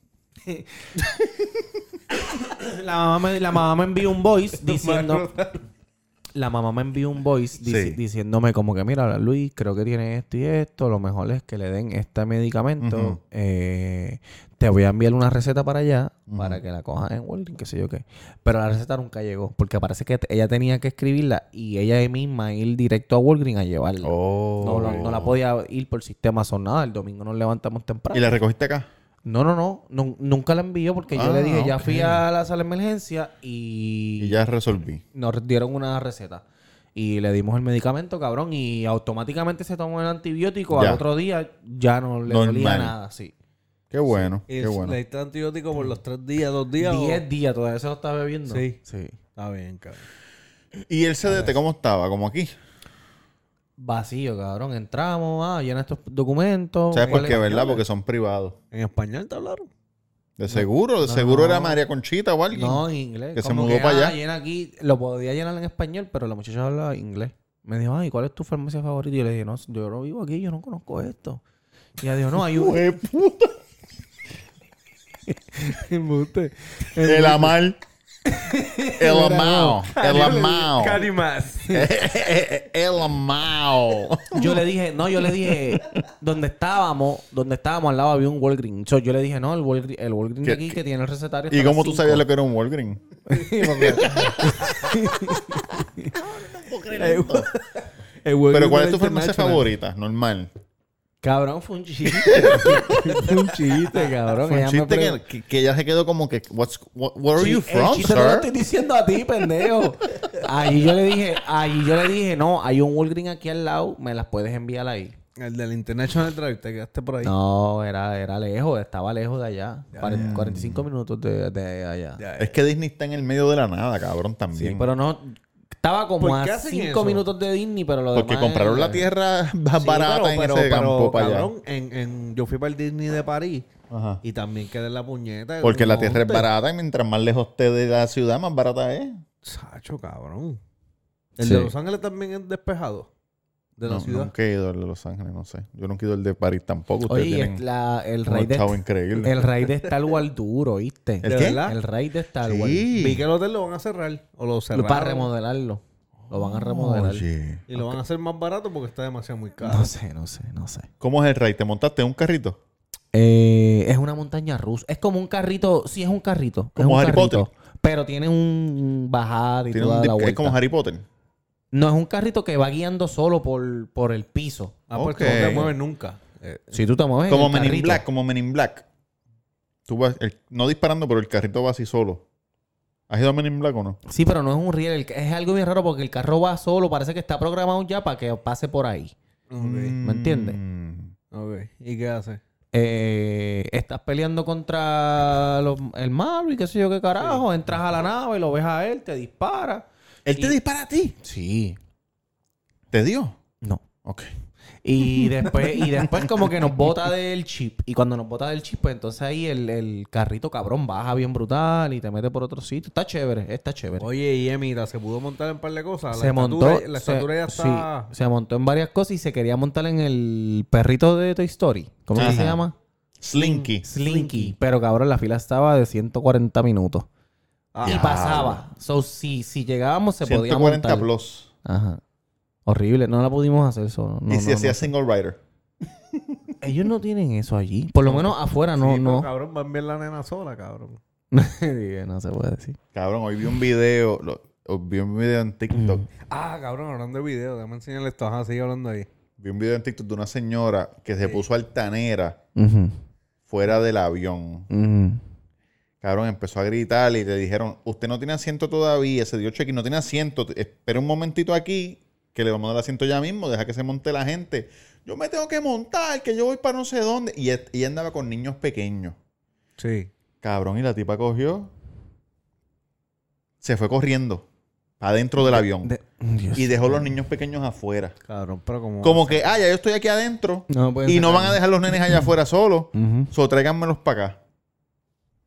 S5: la mamá me, la mamá me envió
S2: [LAUGHS]
S5: un voice diciendo
S3: [LAUGHS]
S5: la mamá me envió un voice dici-
S2: Sí.
S5: diciéndome como que mira Luis creo que tiene esto y esto lo mejor es que le den este medicamento
S2: Ujú.
S5: Eh, te voy a enviar una receta para allá para que la cojas en Walden qué sé yo qué pero la receta nunca llegó porque parece que ella tenía que escribirla y ella misma ir directo a Walgreens a llevarla
S2: Oh.
S5: no, no- no la podía ir por sistema sonada el domingo nos levantamos temprano
S2: ¿Y la recogiste acá?
S5: no, no, no, Nun- Nunca la envió porque yo
S2: Ah,
S5: le dije, ya
S2: ok.
S5: fui a la sala de emergencia y,
S2: Y ya resolví.
S5: nos dieron una receta. Y le dimos el medicamento, cabrón, y automáticamente se tomó el antibiótico.
S2: Ya.
S5: Al otro día ya no le dolía
S2: Normal.
S5: nada, sí.
S2: Qué bueno,
S3: Y
S2: qué bueno.
S3: Le diste antibiótico por los tres días, dos días. o-
S5: Diez días todavía se lo está bebiendo.
S3: Sí.
S5: Sí.
S3: Está bien, cabrón.
S2: ¿Y el CDT cómo estaba? ¿Como aquí?
S5: Vacío, cabrón. Entramos, ah, llena estos documentos.
S2: ¿Sabes por
S5: ¿cuál
S2: qué,
S5: es?
S2: verdad? Porque son privados.
S3: ¿En español te hablaron?
S2: De seguro, de
S5: no,
S2: seguro
S5: no.
S2: era María Conchita o alguien.
S5: No, en inglés.
S2: Que se
S5: Como
S2: mudó para
S5: ah,
S2: allá.
S5: llena aquí. Lo podía llenar en español, pero la muchacha hablaba inglés. Me dijo, ay, ¿cuál es tu farmacia favorita? Y yo le dije, no, yo no vivo aquí, yo no conozco esto. Y ella dijo, no, hay un...
S2: Jue puta.
S5: Embuste.
S2: El amal. El amao. El amao.
S3: Carimas.
S2: [LAUGHS] El amao.
S5: Yo le dije, no, yo le dije, donde estábamos, donde estábamos al lado había un Walgreens. So, yo le dije, no, el Walgreens, el Walgreens
S2: ¿Qué-
S5: de aquí
S2: qué-
S5: que tiene el recetario.
S2: ¿Y cómo tú sabías lo que era un Walgreen? [LAUGHS] Pero ¿cuál es tu farmacia favorita? Normal.
S5: Cabrón, fue
S2: [LAUGHS]
S5: un chiste. fue un chiste, cabrón.
S2: Fue
S5: Ella
S2: un
S5: me
S2: chiste
S5: preguntó-
S2: que, que- que ella se quedó como que, what's, what- where are
S5: Sí,
S2: you
S5: el
S2: from,
S5: chiste no lo estoy
S2: sir?
S5: diciendo a ti, pendejo. Allí yo le dije, allí yo le dije, no, hay un Walgreens aquí al lado, me las puedes enviar ahí.
S3: El del International Drive, te quedaste por ahí.
S5: No, era, era lejos, estaba lejos de allá. Cuaren- 45 minutos de, de allá.
S3: Ya, ya.
S2: Es que Disney está en el medio de la nada, cabrón,
S5: Sí,
S2: también.
S5: pero no. Estaba como
S3: ¿Por
S5: a
S3: qué hacen
S5: 5
S3: eso?
S5: minutos de Disney, pero lo
S2: Porque
S5: demás
S2: compraron
S5: es-
S2: la tierra [LAUGHS] más
S3: Sí,
S2: barata
S3: pero- pero-
S2: en ese
S3: pero,
S2: campo para allá.
S3: cabrón, en- en- yo fui para el Disney de París
S2: Ajá.
S3: y también quedé en la puñeta. en
S2: Porque
S3: un
S2: la tierra es
S3: monte.
S2: barata y mientras más lejos esté de la ciudad, más barata es.
S3: Sacho, cabrón. El
S5: Sí.
S3: de Los Ángeles también es despejado. de la
S2: No,
S3: ciudad.
S2: Nunca he ido al de Los Ángeles, no sé. Yo nunca he ido al de París tampoco. Ustedes
S5: Oye, y
S2: tienen
S5: es la- el
S2: un
S5: rey de...
S2: octavo increíble.
S5: El rey de Star Wars duro, ¿viste?
S2: ¿El qué?
S5: verdad? El rey de Star Wars.
S2: Sí.
S3: Vi que el hotel lo van a cerrar. O lo cerraron.
S5: Para remodelarlo. Lo van a remodelar.
S2: Oye.
S3: Y lo van a hacer más barato porque está demasiado muy caro.
S5: No sé, no sé, no sé.
S2: ¿Cómo es el rey? ¿Te montaste en un carrito?
S5: Eh, es una montaña rusa. Es como un carrito. Sí, es un carrito. es
S2: Como
S5: un
S2: Harry
S5: carrito,
S2: Potter.
S5: Pero tiene un bajar y
S2: Tiene
S5: toda
S2: un
S5: la
S2: dip-
S5: vuelta.
S2: es como Harry Potter.
S5: No, es un carrito que va guiando solo por, por el piso.
S3: Ah, pues
S2: Ok.
S3: tú no te mueves nunca. Eh,
S5: Si tú te mueves. en
S2: Como
S5: el
S2: Men in
S5: carrito.
S2: Black, como Men in Black. Tú vas, el- no disparando, pero el carrito va así solo. ¿Has ido a Men in Black o no?
S5: Sí, pero no es un riel. El- Es algo bien raro porque el carro va solo. Parece que está programado ya para que pase por ahí.
S3: ok,
S5: ¿Me entiendes?
S2: Mm.
S3: ok. ¿Y qué hace?
S5: Eh, estás peleando contra los- el mar y qué sé yo qué carajo. Entras a la nave, lo ves a él, te dispara.
S2: ¿Él te
S5: Y-
S2: dispara a ti?
S5: Sí.
S2: ¿Te dio?
S5: No.
S2: Ok.
S3: [LAUGHS]
S5: Y después, y después como que nos bota del chip. Y cuando nos bota del chip, pues entonces ahí el, el carrito cabrón baja bien brutal y te mete por otro sitio. Está chévere, está chévere.
S3: Oye, y Emira, ¿se pudo montar en un par de cosas?
S5: se montó.
S3: estatura- la
S5: se-
S3: estatura ya está.
S5: sí, se montó en varias cosas y se quería montar en el perrito de Toy Story. ¿Cómo que
S2: Ajá.
S5: se llama?
S2: Slinky.
S5: Slinky. Pero cabrón, la fila estaba de 140 minutos.
S3: Ah,
S5: y pasaba. So, si, si llegábamos, se podía
S2: 140
S5: montar.
S2: plus.
S5: Ajá. Horrible, no la pudimos hacer solo. No,
S2: y si
S5: no,
S2: hacía
S5: no.
S2: single rider.
S5: Ellos no tienen eso allí. Por lo menos afuera no,
S3: sí, pero,
S5: no.
S3: Cabrón, van bien la nena sola,
S5: [LAUGHS]
S3: cabrón.
S5: no se puede decir.
S2: Cabrón, hoy vi un video. lo- hoy vi un video en TikTok.
S5: Mm.
S3: Ah, cabrón, hablando de video, déjame enseñarle esto. Ajá, sigue hablando ahí.
S2: Vi un video en TikTok de una señora que se puso altanera fuera del avión. Cabrón, empezó a gritar y le dijeron, usted no tiene asiento todavía, se dio check-in, no tiene asiento, te- espera un momentito aquí, que le vamos a dar asiento ya mismo, deja que se monte la gente. Yo me tengo que montar, que yo voy para no sé dónde. Y et- ella andaba con niños pequeños.
S3: Sí.
S2: Cabrón, y la tipa cogió, se fue corriendo adentro del avión y dejó los niños pequeños afuera.
S3: Cabrón, pero como.
S2: Como que, ah, ya yo estoy aquí adentro
S5: No me pueden
S2: y no
S5: sacar.
S2: van a dejar los nenes allá afuera solos.
S5: Ujú.
S2: So, tráiganmelos para acá.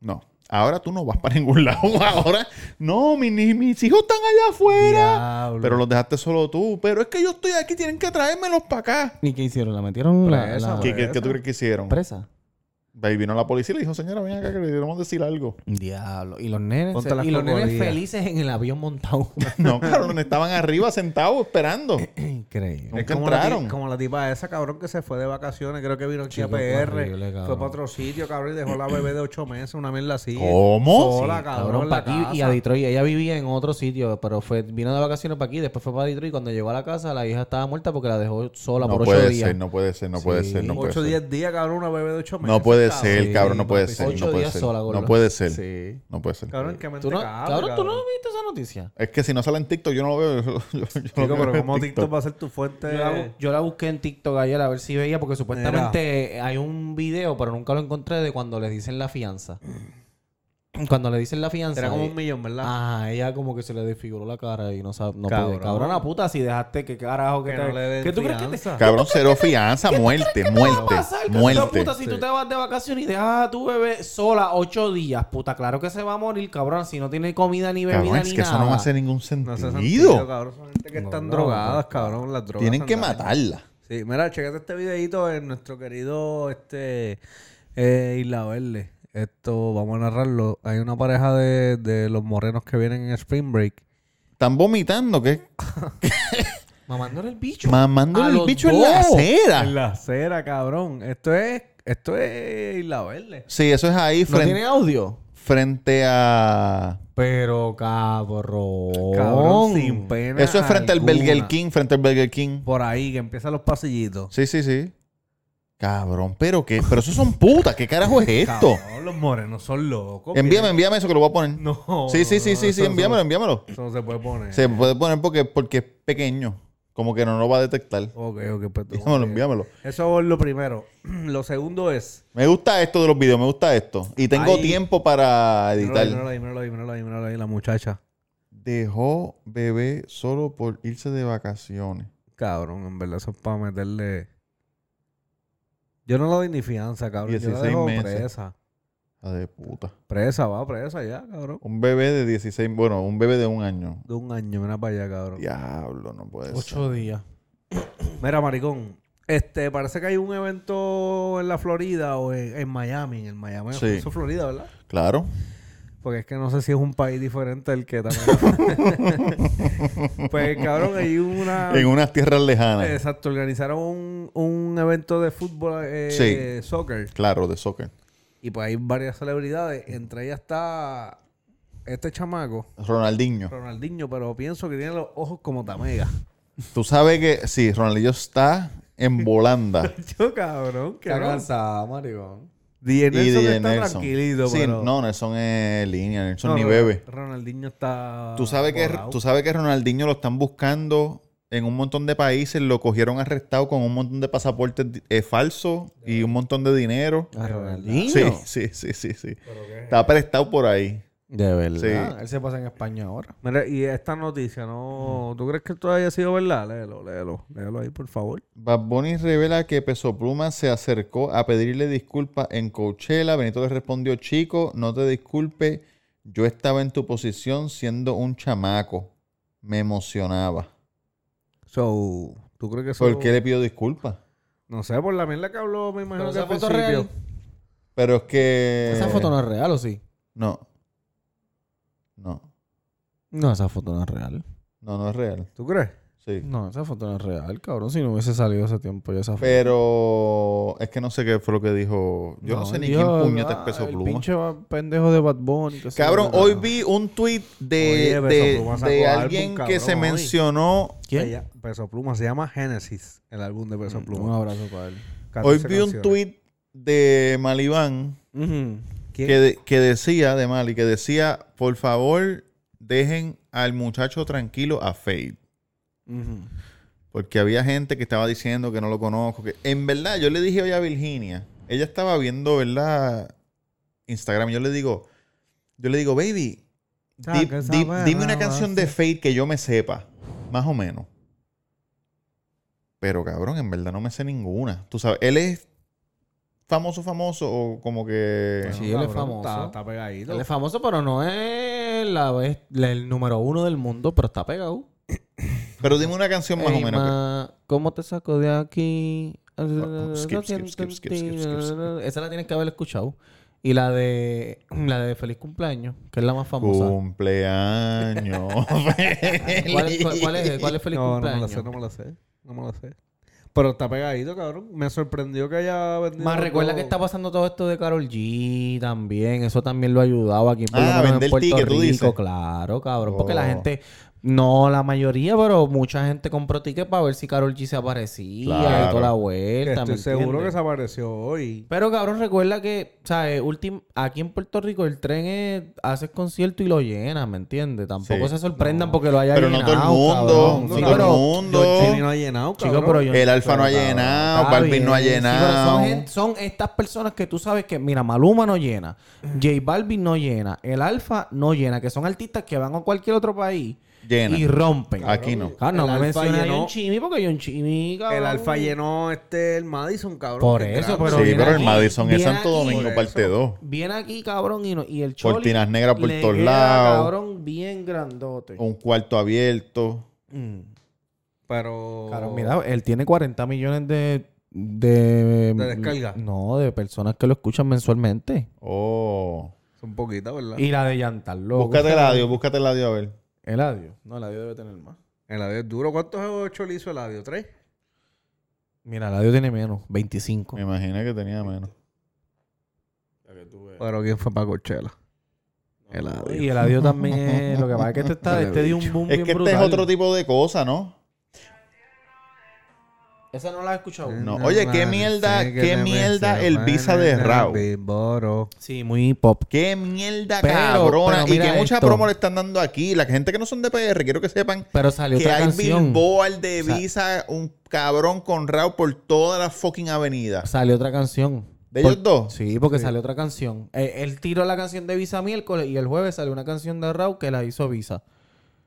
S2: No. Ahora tú no vas para [LAUGHS] ningún lado. Ahora, no, mi, ni- mis hijos están allá afuera.
S3: Diablo.
S2: Pero los dejaste solo tú. Pero es que yo estoy aquí, tienen que traérmelos para acá.
S5: ¿Y qué hicieron? ¿La metieron la,
S3: Presa,
S5: la-
S2: ¿Qué,
S3: pues.
S2: qué- qué tú crees que hicieron?
S5: presa?
S2: Ahí vino la policía y le dijo, señora, ven acá que le debemos decir algo.
S5: Diablo. Y los nenes,
S3: Ponte las
S5: y los nenes
S3: cocodrilas.
S5: felices en el avión montado. [LAUGHS]
S2: No, [LAUGHS] cabrón, estaban arriba sentados esperando.
S5: Increíble.
S3: Es
S2: Nunca
S3: como la,
S2: entraron.
S3: ti- como la tipa esa, cabrón, que se fue de vacaciones. Creo que vino aquí a
S5: Chico, qué
S3: PR.
S5: horrible,
S3: fue
S5: cabrón.
S3: para otro sitio, cabrón, y dejó la bebé de ocho meses, una mierda así.
S2: ¿Cómo?
S3: Sola, cabrón. en
S5: para
S3: la
S5: aquí y a
S3: casa.
S5: Detroit. Ella vivía en otro sitio, pero fue, vino de vacaciones para aquí. Después fue para Detroit. Cuando llegó a la casa, la hija estaba muerta porque la dejó sola
S2: No
S5: por
S2: puede
S5: ocho
S2: ser,
S5: días.
S2: no puede ser, no puede
S5: Sí.
S2: ser, no puede
S3: Ocho,
S2: ser.
S3: diez días, cabrón, una bebé de ocho meses.
S2: No puede ser,
S3: cabrón.
S5: Sí,
S2: cabrón, no puede
S5: papi,
S2: ser,
S5: ocho
S2: no puede
S5: días
S2: ser.
S5: sola,
S2: No
S5: gordo.
S2: puede ser,
S5: Sí.
S2: no puede ser.
S3: Cabrón, que mente
S5: ¿Tú no,
S3: cabrón,
S5: cabrón, ¿tú no
S3: cabrón.
S5: viste esa noticia?
S2: Es que si no sale en TikTok, yo no lo veo. Yo, yo- yo no
S3: Chico,
S2: lo veo
S3: pero
S2: [LAUGHS] en
S3: como TikTok va a ser tu fuente.
S5: Yo la, bu- yo la busqué en TikTok ayer a ver si veía, porque supuestamente hay un video, pero nunca lo encontré de cuando le dicen la fianza. Cuando le dicen la fianza.
S3: Será como
S5: eh,
S3: un millón, ¿verdad?
S5: Ajá, ella como que se le desfiguró la cara y no sabe. No
S3: Cabrón.
S5: puede. Cabrona puta, si dejaste que carajo que,
S3: Que
S5: te.
S3: no le den
S5: ¿Qué tú crees que te,
S3: fianza.
S2: Ah. Cabrón, cero fianza, muerte,
S5: ¿Qué va a
S2: muerte,
S5: pasar, cabrón,
S2: muerte.
S5: puta, si tú
S3: Sí.
S5: te vas de vacaciones y dejas a tu bebé sola ocho días, puta, claro que se va a morir, cabrón, si no tiene comida ni bebida
S2: Cabrón,
S5: ni
S2: es que
S5: nada.
S2: eso no hace ningún
S3: No
S2: sentido.
S3: hace sentido, cabrón. Son gente que están
S5: no,
S3: drogadas, cabrón. Las drogas.
S2: Tienen
S3: hacen
S2: que
S3: daño.
S2: matarla.
S3: Sí, mira, checate este videito en nuestro querido este eh, Isla Verde. Esto, vamos a narrarlo. Hay una pareja de, de los morenos que vienen en Spring Break.
S2: Están vomitando, ¿qué?
S5: Mamándole el bicho.
S2: Mamando
S5: A
S2: el
S5: los
S2: bicho en la
S5: dos.
S2: acera.
S3: En la acera, cabrón. Esto es, esto es Isla Verde.
S2: Sí, eso es ahí
S5: ¿No
S2: frente,
S5: tiene audio?
S2: frente a.
S5: Pero cabrón.
S3: Cabrón, sin pena.
S2: Eso es frente al
S3: alguna.
S2: Burger King, frente al Burger King.
S3: Por ahí, que empiezan los pasillitos.
S2: Sí, sí, sí. Cabrón, pero qué. Pero eso son putas, ¿qué carajo es esto?
S3: Cabrón, los morenos son locos.
S2: Envíame, envíame eso que lo voy a poner.
S3: No.
S2: Sí, sí, sí,
S3: no,
S2: sí,
S3: eso-
S2: sí, envíamelo, envíamelo.
S3: Eso no se puede poner.
S2: Se puede poner porque, porque es pequeño. Como que no lo va a detectar.
S3: Ok, ok, pues,
S2: Envíamelo,
S3: ok.
S2: envíamelo.
S3: Eso es lo primero. [CLEARS THROAT] lo segundo es.
S2: Me gusta esto de los videos, me gusta esto. Y tengo
S3: Ahí.
S2: tiempo para
S3: Míralo ahí,
S2: editar.
S3: míralo ahí, míralo ahí, míralo ahí, míralo ahí, la muchacha.
S2: Dejó bebé solo por irse de vacaciones.
S3: Cabrón, en verdad, eso es para meterle. Yo no le doy ni fianza, cabrón. Yo
S2: 16
S3: la dejo
S2: meses.
S3: presa.
S2: La de puta.
S3: Presa, va, presa ya, cabrón.
S2: Un bebé de 16, bueno, un bebé de un año.
S3: De un año, mira para allá, cabrón.
S2: Diablo, no puede ser.
S5: Ocho días.
S3: Mira, maricón. Este, parece que hay un evento en la Florida o en, en Miami, en el Miami.
S2: Sí.
S3: Eso es Florida, ¿verdad?
S2: Claro.
S3: Porque es que no sé si es un país diferente al que también.
S2: [LAUGHS]
S3: pues cabrón, hay una.
S2: En unas tierras lejanas.
S3: Exacto, organizaron un, un evento de fútbol, eh, soccer.
S2: Claro, de soccer.
S3: Y pues hay varias celebridades. Entre ellas está este chamaco,
S2: Ronaldinho.
S3: Ronaldinho, pero pienso que tiene los ojos como Tamega. [LAUGHS]
S2: Tú sabes que sí, Ronaldinho está en
S3: [LAUGHS]
S2: volanda.
S3: Yo, cabrón,
S5: Está
S3: cabrón.
S5: cansado, maricón.
S3: DJ
S2: y
S3: Nelson
S2: de
S3: está
S2: Nelson.
S3: tranquilito,
S2: sí,
S3: pero...
S2: no, Nelson es línea, Nelson
S3: No,
S2: ni
S3: Ro-
S2: bebe.
S3: Ronaldinho está...
S2: Tú sabes, que,
S3: volado.
S2: tú sabes que Ronaldinho lo están buscando en un montón de países, lo cogieron arrestado con un montón de pasaportes eh, falsos y un montón de dinero.
S3: Ah,
S5: A
S2: Sí,
S5: Ronaldinho.
S2: sí, sí, sí, sí.
S3: Pero qué-
S2: Está prestado por ahí.
S5: De verdad.
S2: Sí.
S5: Ah, Él se pasa en España ahora.
S3: Mira, y esta noticia, ¿no? ¿Tú crees que esto haya sido verdad? Léelo, léelo. Léelo ahí, por favor.
S2: Bad Bunny revela que Peso Pluma se acercó a pedirle disculpas en Coachella. Benito le respondió, chico, no te disculpe, yo estaba en tu posición siendo un chamaco. Me emocionaba.
S3: So, ¿tú crees que eso...
S2: ¿Por qué le pido disculpas?
S3: No sé, por la mierda que habló, me imagino
S5: Pero
S3: que
S5: esa
S3: al
S5: foto es
S3: principio.
S5: real.
S2: Pero es que...
S5: Esa foto no es real, ¿o sí?
S2: No. No.
S5: No, esa foto no es real.
S2: No, no es real.
S3: ¿Tú crees?
S2: Sí.
S5: No, esa foto no es real, cabrón. Si no hubiese salido ese tiempo ya esa foto.
S2: Pero es que no sé qué fue lo que dijo. Yo no, sé ni
S5: Dios,
S2: quién puñeta es
S5: ah,
S2: Peso
S5: el
S2: Pluma.
S5: pinche va- pendejo de Bad Bunny. que se
S2: Cabrón,
S5: lo-
S2: hoy vi un tweet de,
S3: Oye, Peso
S2: de-
S3: Pluma sacó
S2: de
S3: álbum,
S2: alguien que
S3: cabrón,
S2: se
S3: hoy.
S2: mencionó.
S5: ¿Quién?
S3: Ella- Peso Pluma se llama Genesis, el álbum de
S2: Mm,
S3: Peso
S5: Un
S3: Pluma.
S5: abrazo para él.
S3: 14
S2: Hoy vi un
S3: canciones.
S2: tweet de Malibán
S3: ¿Quién?
S2: que, de- que decía, de Mali, que decía, por favor, dejen al muchacho tranquilo a Fade.
S5: Ujú.
S2: Porque había gente que estaba diciendo que no lo conozco. Que... En verdad, yo le dije hoy a Virginia, ella estaba viendo, ¿verdad? Instagram, yo le digo, yo le digo, baby,
S3: Ah,
S2: di-
S3: que esa
S2: di-
S3: perra
S2: dime una
S3: va
S2: canción
S3: a
S2: de
S3: ser-
S2: Fade que yo me sepa, más o menos. Pero cabrón, en verdad no me sé ninguna. Tú sabes, él es famoso, famoso o como que...
S5: Pues Sí, él es
S3: Cabrón,
S5: famoso.
S3: Está, está pegadito.
S5: Él es famoso, pero no es, la, es la- el número uno del mundo, pero está pegado.
S2: Pero dime una canción más
S5: Ey,
S2: o menos. que-
S5: ma, Ah, ¿Cómo te saco de aquí?
S2: Oh,
S5: Ah,
S2: skip, skip, skip, skip, skip, skip, skip.
S5: Esa la tienes que haber escuchado. Y la de la de Feliz Cumpleaños, que es la más famosa. [LAUGHS]
S2: Cumpleaños.
S5: ¿Cuál, cuál- cuál es, ¿Cuál es [LAUGHS] Feliz
S3: no, no me la
S5: Cumpleaños?
S3: sé, no me la sé. No me la sé. Pero está pegadito, cabrón. Me sorprendió que haya vendido.
S5: Más recuerda
S3: dos-
S5: que está pasando todo esto de Carol G también. Eso también lo ha ayudado aquí por
S2: Ah,
S5: lo menos
S2: vender
S5: en Puerto
S2: ticket, tú
S5: Rico.
S2: dices.
S5: Claro, cabrón. Porque la
S2: Oh.
S5: gente, no la mayoría, pero mucha gente compró ticket para ver si Carol G se aparecía y
S2: Claro.
S5: toda la
S3: que
S5: vuelta.
S3: Estoy
S5: ¿me
S3: seguro que
S5: entiendes?
S3: se apareció hoy.
S5: Pero cabrón, recuerda que, ¿sabes? Ultim- aquí en Puerto Rico el tren es, haces concierto y lo llenas, ¿me entiendes? Tampoco
S2: Sí.
S5: se sorprendan porque lo haya
S2: Pero no
S5: llenado.
S2: todo el mundo,
S5: cabrón.
S2: no
S5: Sí,
S2: todo el
S5: pero-
S2: mundo.
S3: Giorgini no ha llenado,
S5: Chico,
S3: cabrón.
S5: pero yo-
S2: El Alfa
S5: pero,
S2: no ha
S5: cabrón,
S2: llenado,
S5: está
S2: Balvin no ha
S5: bien. Sí, pero
S2: llenado.
S5: son, gen- son estas personas que tú sabes que, mira, Maluma no llena,
S3: Mm.
S5: J Balvin no llena, el Alfa no llena, que son artistas que van a cualquier otro país
S2: Llena.
S5: y rompen.
S2: Aquí no.
S5: Ah, no
S3: El
S5: me
S3: Alfa
S5: menciona a
S3: llenó-
S5: John Chimmy porque John Chimmy, cabrón.
S3: El Alfa llenó este, el Madison, cabrón.
S5: Por
S3: que
S5: eso,
S3: grande.
S5: pero
S2: sí,
S5: viene
S2: pero el
S5: aquí,
S2: Madison es
S5: viene
S2: Santo
S5: aquí.
S2: Domingo,
S5: Por
S2: parte 2.
S5: Viene aquí, cabrón, y, no- y el Choli...
S2: Cortinas negras por
S5: le
S2: todos
S5: queda,
S2: lados.
S5: cabrón, bien grandote.
S2: Un cuarto abierto.
S5: Mm.
S3: Pero.
S5: Claro, mira, él tiene 40 millones de... De,
S3: De descarga.
S5: No, de personas que lo escuchan mensualmente.
S2: Oh.
S3: Son poquitas, ¿verdad?
S5: Y la de Yantar, loco.
S2: Búscate el audio, búscate el audio a ver.
S5: El adiós. No, el adiós debe tener más.
S3: El adiós es duro. ¿Cuántos ocho le hizo el adiós? ¿Tres?
S5: Mira, el adiós tiene menos. 25.
S2: Me imagino que tenía menos.
S3: Pero ¿quién fue para Coachella? El adiós.
S5: Y el adiós también es... Lo que pasa es que este, [LAUGHS] está, este dio un boom
S2: Es
S5: bien
S2: que este
S5: brutal.
S2: es otro tipo de cosa, ¿no?
S5: Esa no la he escuchado.
S2: No. Oye, qué mierda- qué mierda el visa de Rao.
S3: Boro.
S5: Sí, muy pop.
S2: Qué mierda
S5: Pero-
S2: cabrona.
S5: pero
S2: y
S5: mira
S2: que mucha
S5: esto.
S2: promo le están dando aquí. La gente que no son de PR, quiero que sepan
S5: Pero salió
S2: que
S5: otra
S2: hay
S5: canción.
S2: billboard de
S5: O sea-
S2: Visa, un cabrón con Raúl por toda la fucking avenida.
S5: Salió otra canción.
S2: ¿De
S5: Por-
S2: ellos dos?
S5: Sí, porque salió otra canción. Eh, él tiró la canción de Visa miércoles y el jueves salió una canción de Raúl que la hizo Visa.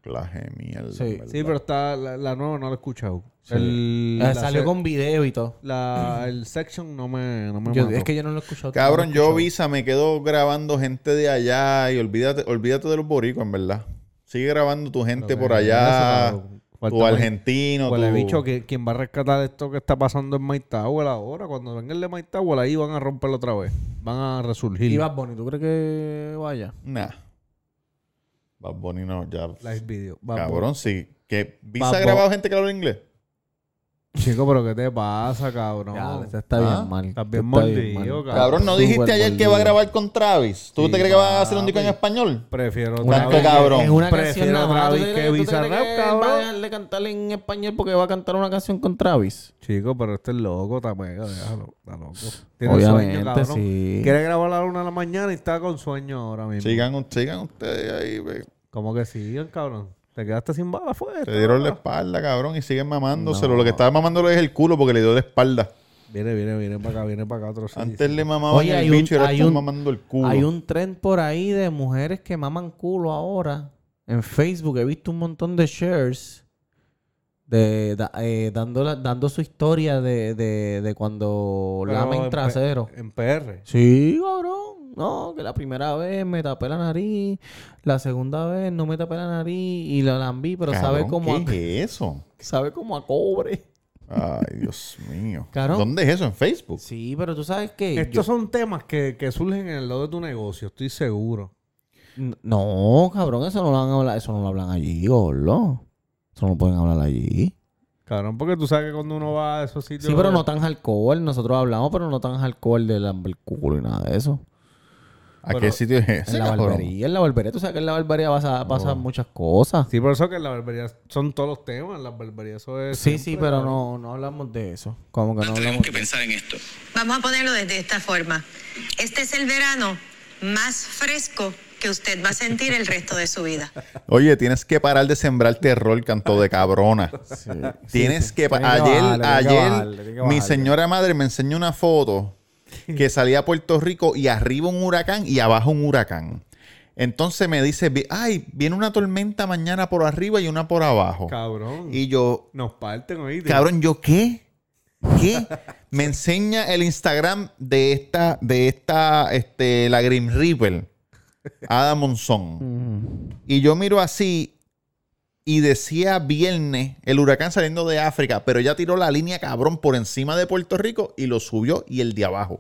S2: Clase de mierda.
S5: Sí.
S2: ¿verdad?
S3: Sí, pero está la, la nueva no la he escuchado.
S2: Sí.
S5: Eh,
S3: El, la
S5: salió
S3: se-
S5: con video y todo.
S3: la- el section no me, no me
S5: Yo-
S3: mató.
S5: es que yo no lo he escuchado.
S2: Cabrón,
S5: no lo he
S2: yo
S5: escuchado.
S2: Visa me quedo grabando gente de allá y olvídate, olvídate de los boricos, en verdad. Sigue grabando tu gente por
S3: Eso,
S2: allá.
S3: cabrón.
S2: Tu argentino,
S3: Huele
S2: tu-
S3: bicho, que quien va a rescatar esto que está pasando en Mike Tower ahora, cuando venga el de Mike Tower, ahí van a romperlo otra vez. Van a resurgir.
S1: Y Bad Bunny, ¿tú crees que vaya?
S2: Nah. Bad Bunny no, ya.
S3: Live video. Va,
S2: Cabrón, sí. ¿Que ¿Visa
S3: Bad
S2: ha
S3: Bunny.
S2: grabado gente que habla inglés?
S3: pues. Chico, pero ¿qué te pasa, cabrón?
S1: Ya, está
S2: Ah,
S1: bien mal.
S3: estás
S1: tú
S3: bien
S1: estás bien
S3: mordido,
S1: mal.
S3: cabrón.
S2: Cabrón, ¿no
S1: Súper
S2: dijiste ayer que va a
S1: mordido.
S2: grabar con Travis? ¿Tú
S3: Sí,
S2: te crees que va a hacer un
S3: papi.
S2: disco en español?
S3: Prefiero
S2: Una
S3: Travis.
S2: ca- cabrón.
S1: En una
S3: Prefiero
S1: canción nada más.
S3: Travis
S1: ¿Tú te crees-
S3: que
S1: tú te crees
S3: Bizarrap,
S1: él
S3: cabrón?
S1: va a dejarle cantar en español porque va a cantar una canción con Travis?
S3: Chico, pero este es loco también. Déjalo, está loco.
S1: Obviamente, sí.
S3: Quiere grabar a la una de la mañana y está con sueño ahora mismo.
S2: Sigan, sigan ustedes ahí, güey.
S3: Como que sigan, cabrón. Te quedaste sin bala fuera.
S2: Te dieron la espalda, cabrón, y siguen mamándoselo. Lo que estaba mamándolo es el culo porque le dio de espalda.
S3: Viene, viene, viene para acá, viene para acá otro sí,
S2: Antes
S3: sí.
S2: le mamaban
S1: Oye, hay
S2: el
S1: un-
S2: bicho y ahora
S1: hay
S2: están
S1: un-
S2: mamando el culo.
S1: Hay un tren por ahí de mujeres que maman culo ahora. En Facebook he visto un montón de shares de, da- eh, dando, la- dando su historia de, de, de cuando
S3: Pero en
S1: lamen
S3: P-
S1: trasero.
S3: En PR.
S1: Sí, cabrón. No, que la primera vez me tapé la nariz, la segunda vez no me tapé la nariz y la lambí, pero sabe
S2: Cabrón,
S1: como a,
S2: ¿Qué es eso?
S1: sabe como a cobre.
S2: Ay, Dios mío.
S1: Cabrón.
S2: ¿Dónde es eso? ¿En Facebook?
S1: Sí, pero tú sabes que
S3: Estos son temas que, que surgen en el lado de tu negocio, estoy seguro.
S1: N- No, cabrón, eso no lo van a hablar, eso no lo hablan allí, gordo. Eso no lo pueden hablar allí.
S3: Cabrón, porque tú sabes que cuando uno va a esos sitios.
S1: Sí, pero no tan hardcore. Nosotros hablamos, pero no tan hardcore del hambre culo y nada de eso.
S2: ¿A qué sitio es ese,
S1: en la
S2: cabrón?
S1: barbería, en la barbería. Tú sabes que en la barbería pasa- pasan muchas cosas.
S3: Sí, por eso que en la barbería son todos los temas. En la barbería eso es.
S1: Sí, sí,
S3: siempre,
S1: pero
S3: cabrón.
S1: no, no hablamos de eso. Como que no
S6: tenemos
S1: hablamos
S6: que pensar en esto.
S7: Vamos a ponerlo desde esta forma. Este es el verano más fresco que usted va a sentir el resto de su vida.
S2: Oye, tienes que parar de sembrar terror, canto
S1: [LAUGHS]
S2: de cabrona. Tienes que... pa-
S1: Tiene que bajarle,
S2: ayer
S1: tiene que
S2: ayer
S1: bajarle, tiene que
S2: mi
S1: bajarle.
S2: señora madre me enseñó
S1: [LAUGHS]
S2: una foto que salía a Puerto Rico y arriba un huracán y abajo un huracán. Entonces me dice, vi- ay, viene una tormenta mañana por arriba y una por abajo.
S3: Cabrón.
S2: Y yo,
S3: Nos parten, oíste.
S2: cabrón, ¿yo qué? ¿Qué? me enseña el Instagram de esta, de esta, este, la Grim Reaper, Adam Monzón. Y yo miro así y decía viernes el huracán saliendo de África, pero ya tiró la línea cabrón por encima de Puerto Rico y lo subió y el de abajo.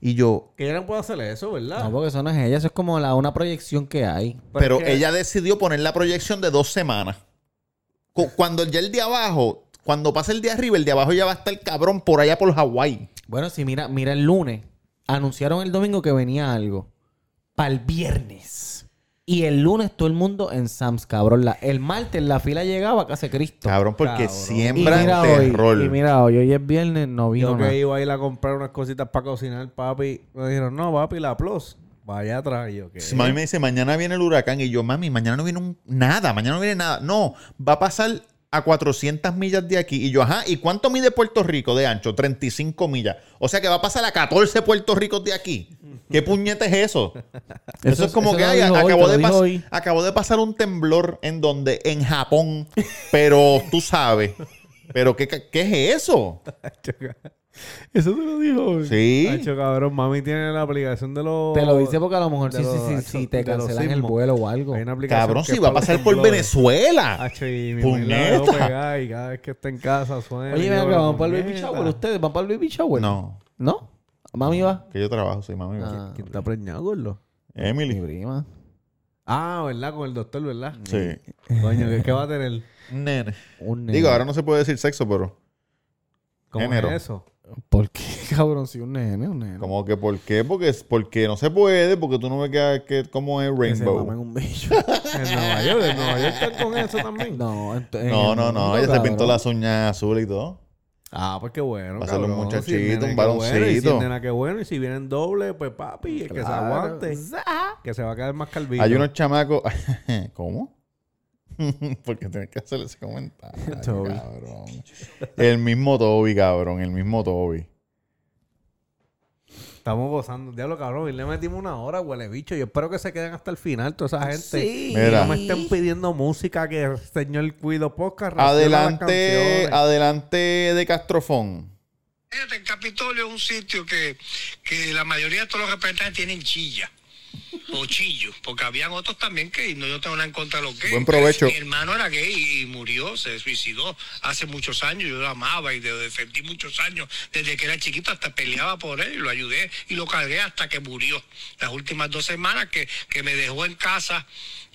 S2: Y yo,
S3: Que ella no puede hacer eso, ¿verdad?
S1: [LAUGHS] No, porque eso no es ella. Eso es como la, una proyección que hay.
S2: pero,
S3: es que-
S2: ella decidió poner la proyección de dos semanas. Cu- Cuando ya el de abajo, cuando pase el de arriba, el de abajo ya va a estar cabrón por allá por Hawái.
S1: Bueno, sí, mira, mira el lunes. Anunciaron el domingo que venía algo. Para el viernes. Y el lunes todo el mundo en Sams, cabrón. La- el martes la fila llegaba casi a Cristo.
S2: Cabrón, porque
S3: Cabrón.
S1: Y
S2: siembran
S1: mira, hoy,
S2: terror.
S1: y mira hoy, hoy es viernes, no
S3: Yo
S1: vino
S3: que
S1: nada.
S3: iba a ir a comprar unas cositas para cocinar, papi. Me dijeron, no, papi, la plus. Vaya atrás. Y yo, ¿qué?
S2: Si Mami me dice, mañana viene el huracán. Y yo, mami, mañana no viene un- nada, mañana no viene nada. No, va a pasar a 400 millas de aquí. Y yo, ajá, ¿y cuánto mide Puerto Rico de ancho? 35 millas. O sea que va a pasar a 14 Puerto Ricos de aquí. ¿Qué puñete es
S1: [LAUGHS]
S2: eso? Eso, es como
S1: eso
S2: que
S1: lo
S2: ay,
S1: dijo hoy,
S2: acabó,
S1: te lo
S2: de
S1: dijo
S2: pas-
S1: hoy.
S2: acabó de pasar un temblor en donde, en Japón, pero tú sabes. Pero ¿qué, qué- qué es eso?
S3: Eso te lo dijo.
S2: Sí.
S3: Hacho, cabrón, mami tiene la aplicación de los.
S1: Te lo dice porque a lo mejor
S3: de
S1: sí, sí,
S3: los-
S1: sí,
S3: hacho,
S1: sí, te
S3: de los
S1: cancelan el
S3: sismos.
S1: vuelo o algo.
S3: Hay una aplicación
S2: Cabrón,
S3: que
S2: si
S3: es
S2: va a
S3: para
S2: pasar
S3: los
S2: por
S3: temblores.
S2: Venezuela.
S3: Hacho, Ah, y mi
S2: Puñeta.
S3: Puñeta. Lo pegada y cada vez que está en casa suena.
S1: Oye,
S3: y
S1: mira
S3: yo,
S1: que vamos para el Baby
S3: puñeta.
S1: Shower. ¿Ustedes van para el Baby Shower?
S2: No,
S1: ¿No? ¿Mami va?
S2: que yo trabajo, sí, mami.
S1: Ah,
S3: ¿Quién está preñado, gordo?
S1: mi
S2: Emily.
S1: prima.
S3: Ah, ¿verdad? Con el doctor, ¿verdad?
S2: Sí.
S3: Coño, ¿qué, qué va a tener?
S2: Nene.
S1: Un nene.
S2: Digo, ahora no se puede decir sexo, pero
S3: ¿Cómo
S2: Género.
S3: es eso?
S1: ¿Por qué, [LAUGHS] cabrón? Si un nene, un nene.
S2: como que ¿por qué? Porque, es- porque no se puede, porque tú no ves que, que- cómo es
S1: Que se mamen
S2: Rainbow.
S1: un bicho.
S3: En Nueva York, en Nueva York están con eso también.
S1: No, ent- en
S2: No,
S1: el
S2: no, no,
S1: mundo,
S2: ella se
S1: cabrón.
S2: pintó las uñas azules y todo.
S3: Ah, pues qué bueno.
S2: Va a ser un
S3: cabrón.
S2: muchachito,
S3: el nene
S2: un
S3: qué Bueno, y si
S2: varoncito.
S3: el nena, qué bueno. Y si vienen doble, pues papi, el que se
S1: Claro.
S3: aguante. Que se va a quedar más calvito.
S2: Hay unos chamacos. [LAUGHS] ¿Cómo? [LAUGHS] porque tienes que hacer ese comentario.
S1: Toby.
S2: Cabrón. El mismo Toby, cabrón. El mismo Toby.
S3: Estamos gozando. Diablo, cabrón. Y le metimos una hora, huele bicho. Yo espero que se queden hasta el final toda esa gente.
S1: Sí.
S3: Y
S2: Mira.
S3: no me estén pidiendo música que el señor Cuido Podcast.
S2: Adelante, adelante de Castrofón.
S8: Fíjate, el Capitolio es un sitio que, que la mayoría de todos los representantes tienen chilla. Bochillo, porque habían otros también que no yo tengo nada en contra de los gays.
S2: Buen provecho.
S8: Mi hermano era gay y murió, se suicidó hace muchos años. Yo lo amaba y lo defendí muchos años. Desde que era chiquito hasta peleaba por él y lo ayudé y lo cargué hasta que murió. Las últimas dos semanas que, que me dejó en casa.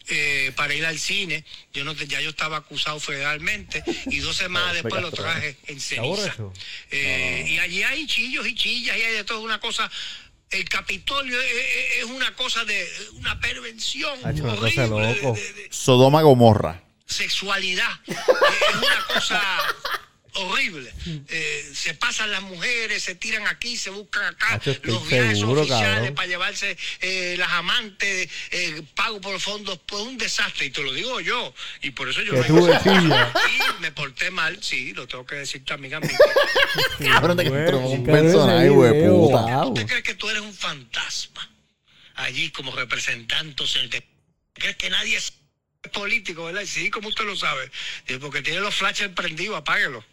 S8: eh, para ir al cine, yo no te- ya yo estaba acusado federalmente y dos semanas después lo traje en ceniza.
S3: borracho?
S8: Eh, Y allí hay chillos y chillas y hay de todo una cosa. El Capitolio es, es- es una cosa de una pervención
S3: Ha hecho una cosa
S8: horrible de-
S3: loco.
S8: de- de
S2: Sodoma Gomorra.
S8: sexualidad. [LAUGHS] Eh, es una cosa horrible. Eh, se pasan las mujeres, se tiran aquí, se buscan acá.
S3: Hacho, estoy
S8: los viajes
S3: seguro,
S8: oficiales
S3: cabrón.
S8: para llevarse eh, las amantes, eh, pago por fondos, pues un desastre. Y te lo digo yo. Y por eso yo
S3: Que
S8: no
S3: tuve
S8: hice-
S3: chilla.
S8: Y me porté mal, sí, lo tengo que decir también a mí.
S2: Cabrón, te
S3: Güey,
S2: encontró un
S3: cabrón, ese
S2: personaje, güey,
S3: video.
S2: [LAUGHS] puta.
S8: ¿Tú te crees que tú eres un fantasma allí como representante? o sea, ¿te ¿Crees que nadie es político, verdad? Y Sí, como usted lo sabe. Dice, Porque tiene los flashes prendidos, apáguelo.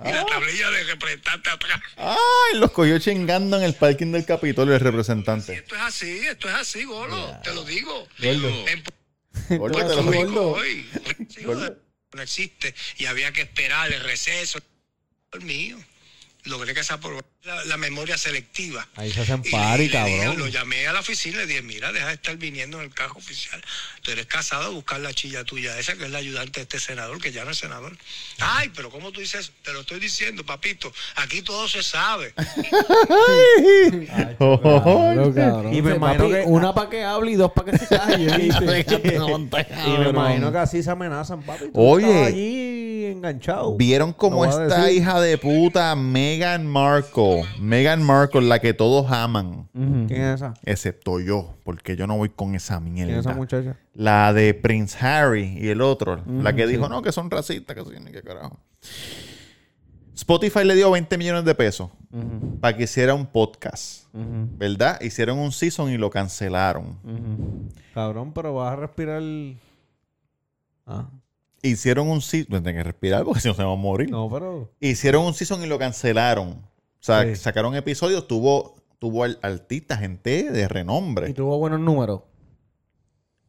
S8: Y la tablilla de representante atrás.
S2: Ah. Ay, los cogió chingando en el parking del Capitolio el
S3: [LAUGHS]
S2: representante.
S8: Esto es así, esto es así, Golo. Te lo digo. En
S2: Gordo, te
S8: Puerto
S2: lo juro.
S8: Rico
S2: [LAUGHS]
S8: hoy no existe y había que esperar el receso. El mío. Logré que se aprobara la, la memoria selectiva.
S3: Ahí se hacen
S8: Y
S3: party,
S8: le dije,
S3: cabrón.
S8: lo llamé a la oficina y le dije, mira, deja de estar viniendo en el cajo oficial. Tú eres casado a buscar la chilla tuya esa, que es la ayudante de este senador, que ya no es senador. Ay, pero ¿cómo tú dices eso? Te lo estoy diciendo, papito. Aquí todo se sabe.
S2: [LAUGHS]
S3: Claro, cabrón.
S5: Y me
S3: Sí,
S5: imagino
S3: papi,
S5: que una para que hable y dos para que se
S2: [LAUGHS]
S5: calle. ¿viste?
S3: Y me imagino que así se amenazan, papi. Tú
S2: Oye.
S3: estabas allí enganchado.
S2: Vieron como
S3: No voy a
S2: esta
S3: decir.
S2: hija de puta, Meghan Markle, Meghan Markle, la que todos aman,
S3: ¿Quién es esa?
S2: excepto yo, porque yo no voy con esa
S3: ¿Quién es esa
S2: mierda.
S3: muchacha?
S2: La de Prince Harry y el otro, la que dijo, no, que son racistas, que son ni qué carajo. Spotify le dio 20 millones de pesos para que hiciera un podcast, ¿verdad? Hicieron un season y lo cancelaron.
S3: Cabrón, pero vas a respirar. Ah,
S2: Hicieron un season, tienen que respirar porque si no se va a morir.
S3: no, pero.
S2: Hicieron un season y lo cancelaron. O sea,
S3: Sí.
S2: sacaron episodios, tuvo, tuvo al- artistas, gente de
S5: Y
S2: renombre.
S5: tuvo buenos números.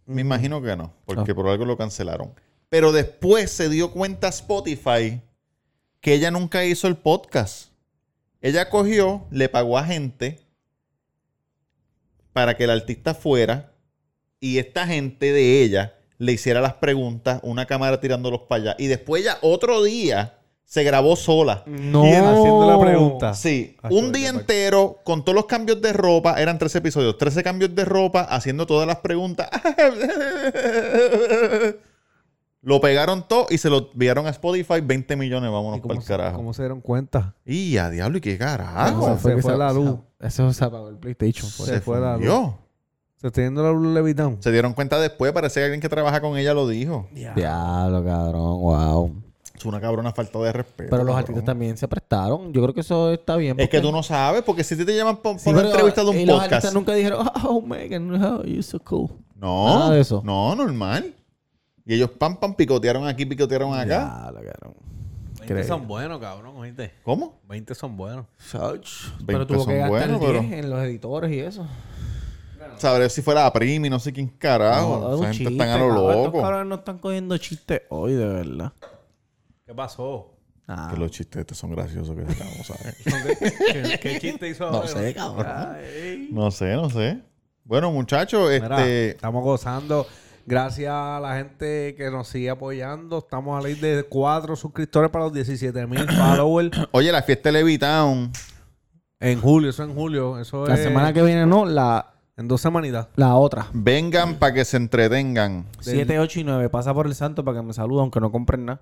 S2: Me imagino que no, porque por algo lo cancelaron. Pero después se dio cuenta Spotify que ella nunca hizo el podcast. Ella cogió, le pagó a gente para que el artista fuera y esta gente de ella le hiciera las preguntas, una cámara tirándolos para allá. Y después ella otro día se grabó sola.
S3: No. Haciendo la pregunta.
S2: Sí,
S3: Ah,
S2: un
S3: qué
S2: día
S3: bueno.
S2: entero con todos los cambios de ropa, eran 13 episodios, 13 cambios de ropa, haciendo todas las preguntas. [LAUGHS] lo pegaron todo y se lo enviaron a Spotify, 20 millones, vámonos para
S3: ¿Y cómo,
S2: el
S3: se,
S2: carajo.
S3: cómo se dieron cuenta?
S2: Y a diablo, y qué
S3: ¿Cómo
S2: carajo.
S3: se fue la luz.
S5: Eso se apagó el PlayStation. fue.
S3: Se fue la luz.
S2: fundió.
S3: Se está yendo la luz levitando.
S2: Se dieron cuenta después, parece que alguien que trabaja con ella lo dijo.
S5: Diablo, cabrón. Wow.
S2: Es una cabrona falta de respeto.
S5: Pero los
S2: cabrón.
S5: artistas también se prestaron. Yo creo que eso está bien.
S2: Es que
S5: porque-
S2: tú no sabes, porque si te llaman por,
S5: Sí,
S2: por una
S5: pero-
S2: entrevista de
S5: y
S2: un
S5: los
S2: podcast.
S5: artistas nunca dijeron, oh, Megan, oh, you're so cool.
S2: No,
S5: Nada de eso.
S2: no, normal. Y ellos pam, pam, picotearon aquí, picotearon acá.
S5: Diablo, cabrón.
S3: 20 son buenos, cabrón, oíste.
S2: ¿Cómo?
S3: 20 son buenos.
S5: Pero
S2: 20
S5: tuvo
S2: son
S5: que gastar
S2: buenos, pero-
S5: 10 en los editores y eso.
S2: Sabré si fuera a Primi, no sé quién carajo.
S5: No, es
S2: Ah, Esa
S5: un
S2: gente
S5: chiste,
S2: están a lo
S5: cabrón.
S2: loco.
S5: Estos cabrones no están cogiendo chistes hoy, de verdad.
S3: ¿Qué pasó?
S5: Ah,
S2: Que los chistes estos son graciosos que estamos,
S5: [LAUGHS]
S2: ¿sabes?
S3: ¿Qué, qué chiste hizo?
S5: no sé, cabrón.
S2: no sé, no sé. Bueno, muchachos,
S3: Mira,
S2: este.
S3: estamos gozando. Gracias a la gente que nos sigue apoyando. Estamos a ley de 4 suscriptores para los 17 mil followers.
S2: Oye, la fiesta de Levitown.
S3: En julio, eso en julio. Eso
S5: La
S3: es
S5: semana que viene no, la,
S3: En dos semanitas.
S5: la otra.
S2: Vengan para que se entretengan.
S5: 7, 8 y 9. Pasa por el santo para que me salude, aunque no compren nada.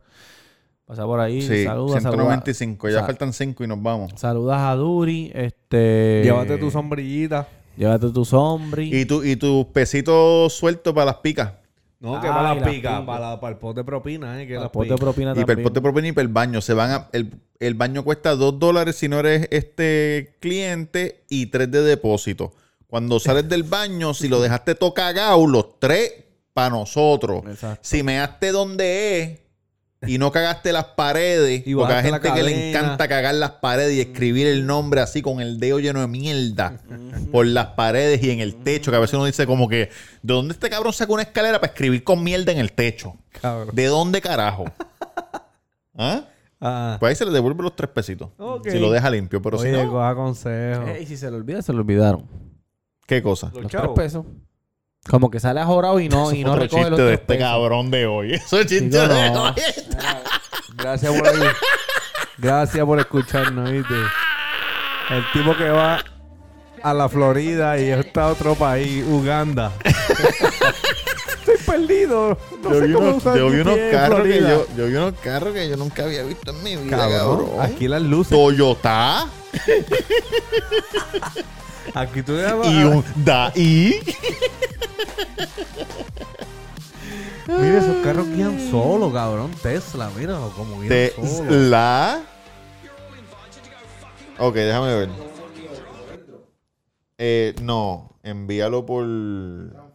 S5: Pasa por ahí,
S2: Sí,
S5: saluda, saluda.
S2: 195. Ya
S5: Sa-
S2: faltan 5 y nos vamos.
S5: Saludas a Duri, este...
S3: Llévate tu sombrillita.
S5: Llévate tu sombri.
S2: Y tu, y tu pesito suelto para las picas.
S3: No,
S5: Ah,
S3: que para
S5: y
S3: la
S5: las
S3: pica,
S5: picas.
S3: para, la- para el pot de propina, eh, que la
S5: el pot de propina
S2: Y
S5: también.
S2: per pote propina y per baño. Se van a- el, el baño cuesta 2 dólares si no eres este cliente y 3 de depósito. Cuando sales del baño, si lo dejaste todo cagado, los 3 para nosotros.
S5: Exacto.
S2: Si me measte donde es, y no cagaste las paredes,
S3: [LAUGHS] Y
S2: porque hay
S3: bajaste la
S2: gente que le
S3: cadena.
S2: encanta cagar las paredes y escribir el nombre así con el dedo lleno de mierda por las paredes y en el techo, que a veces uno dice como que, ¿de dónde este cabrón sacó una escalera para escribir con mierda en el techo?
S3: Cabrón.
S2: ¿De dónde carajo? ¿Ah?
S3: Ah.
S2: Pues ahí se le devuelve los tres pesitos.
S3: Ok.
S2: Si lo deja limpio, pero si
S3: Oye,
S2: no,
S3: coja consejo.
S5: Eh, y si se le olvida, se le olvidaron.
S2: ¿qué cosa?
S5: Los tres pesos. Como que sale ajorado y no, y no
S2: Otro
S5: recoge
S2: chiste
S5: los
S2: de
S5: tres
S2: este
S5: pesos.
S2: cabrón de hoy. [LAUGHS] Eso es chiste
S3: Digo, no.
S2: de [LAUGHS] hoy.
S3: Gracias por ahí. Gracias por escucharnos, ¿viste? El tipo que va a la Florida y está a otro país, Uganda. Estoy perdido. No
S2: Yo
S3: sé
S2: vi
S3: cómo
S2: unos-
S3: usar
S2: yo vi
S3: GPS
S2: unos
S3: en
S2: carros que
S3: Florida.
S2: yo- yo vi unos carros que yo nunca había visto en mi vida,
S3: Cabrón,
S2: cabrón.
S3: aquí las luces.
S2: Toyota
S3: Aquí tú le das-
S2: y un DAI.
S3: Mira, esos carros guían solo, cabrón. Tesla, míralo como guían solo.
S2: Tesla. Ok, déjame ver. Eh, no, envíalo por.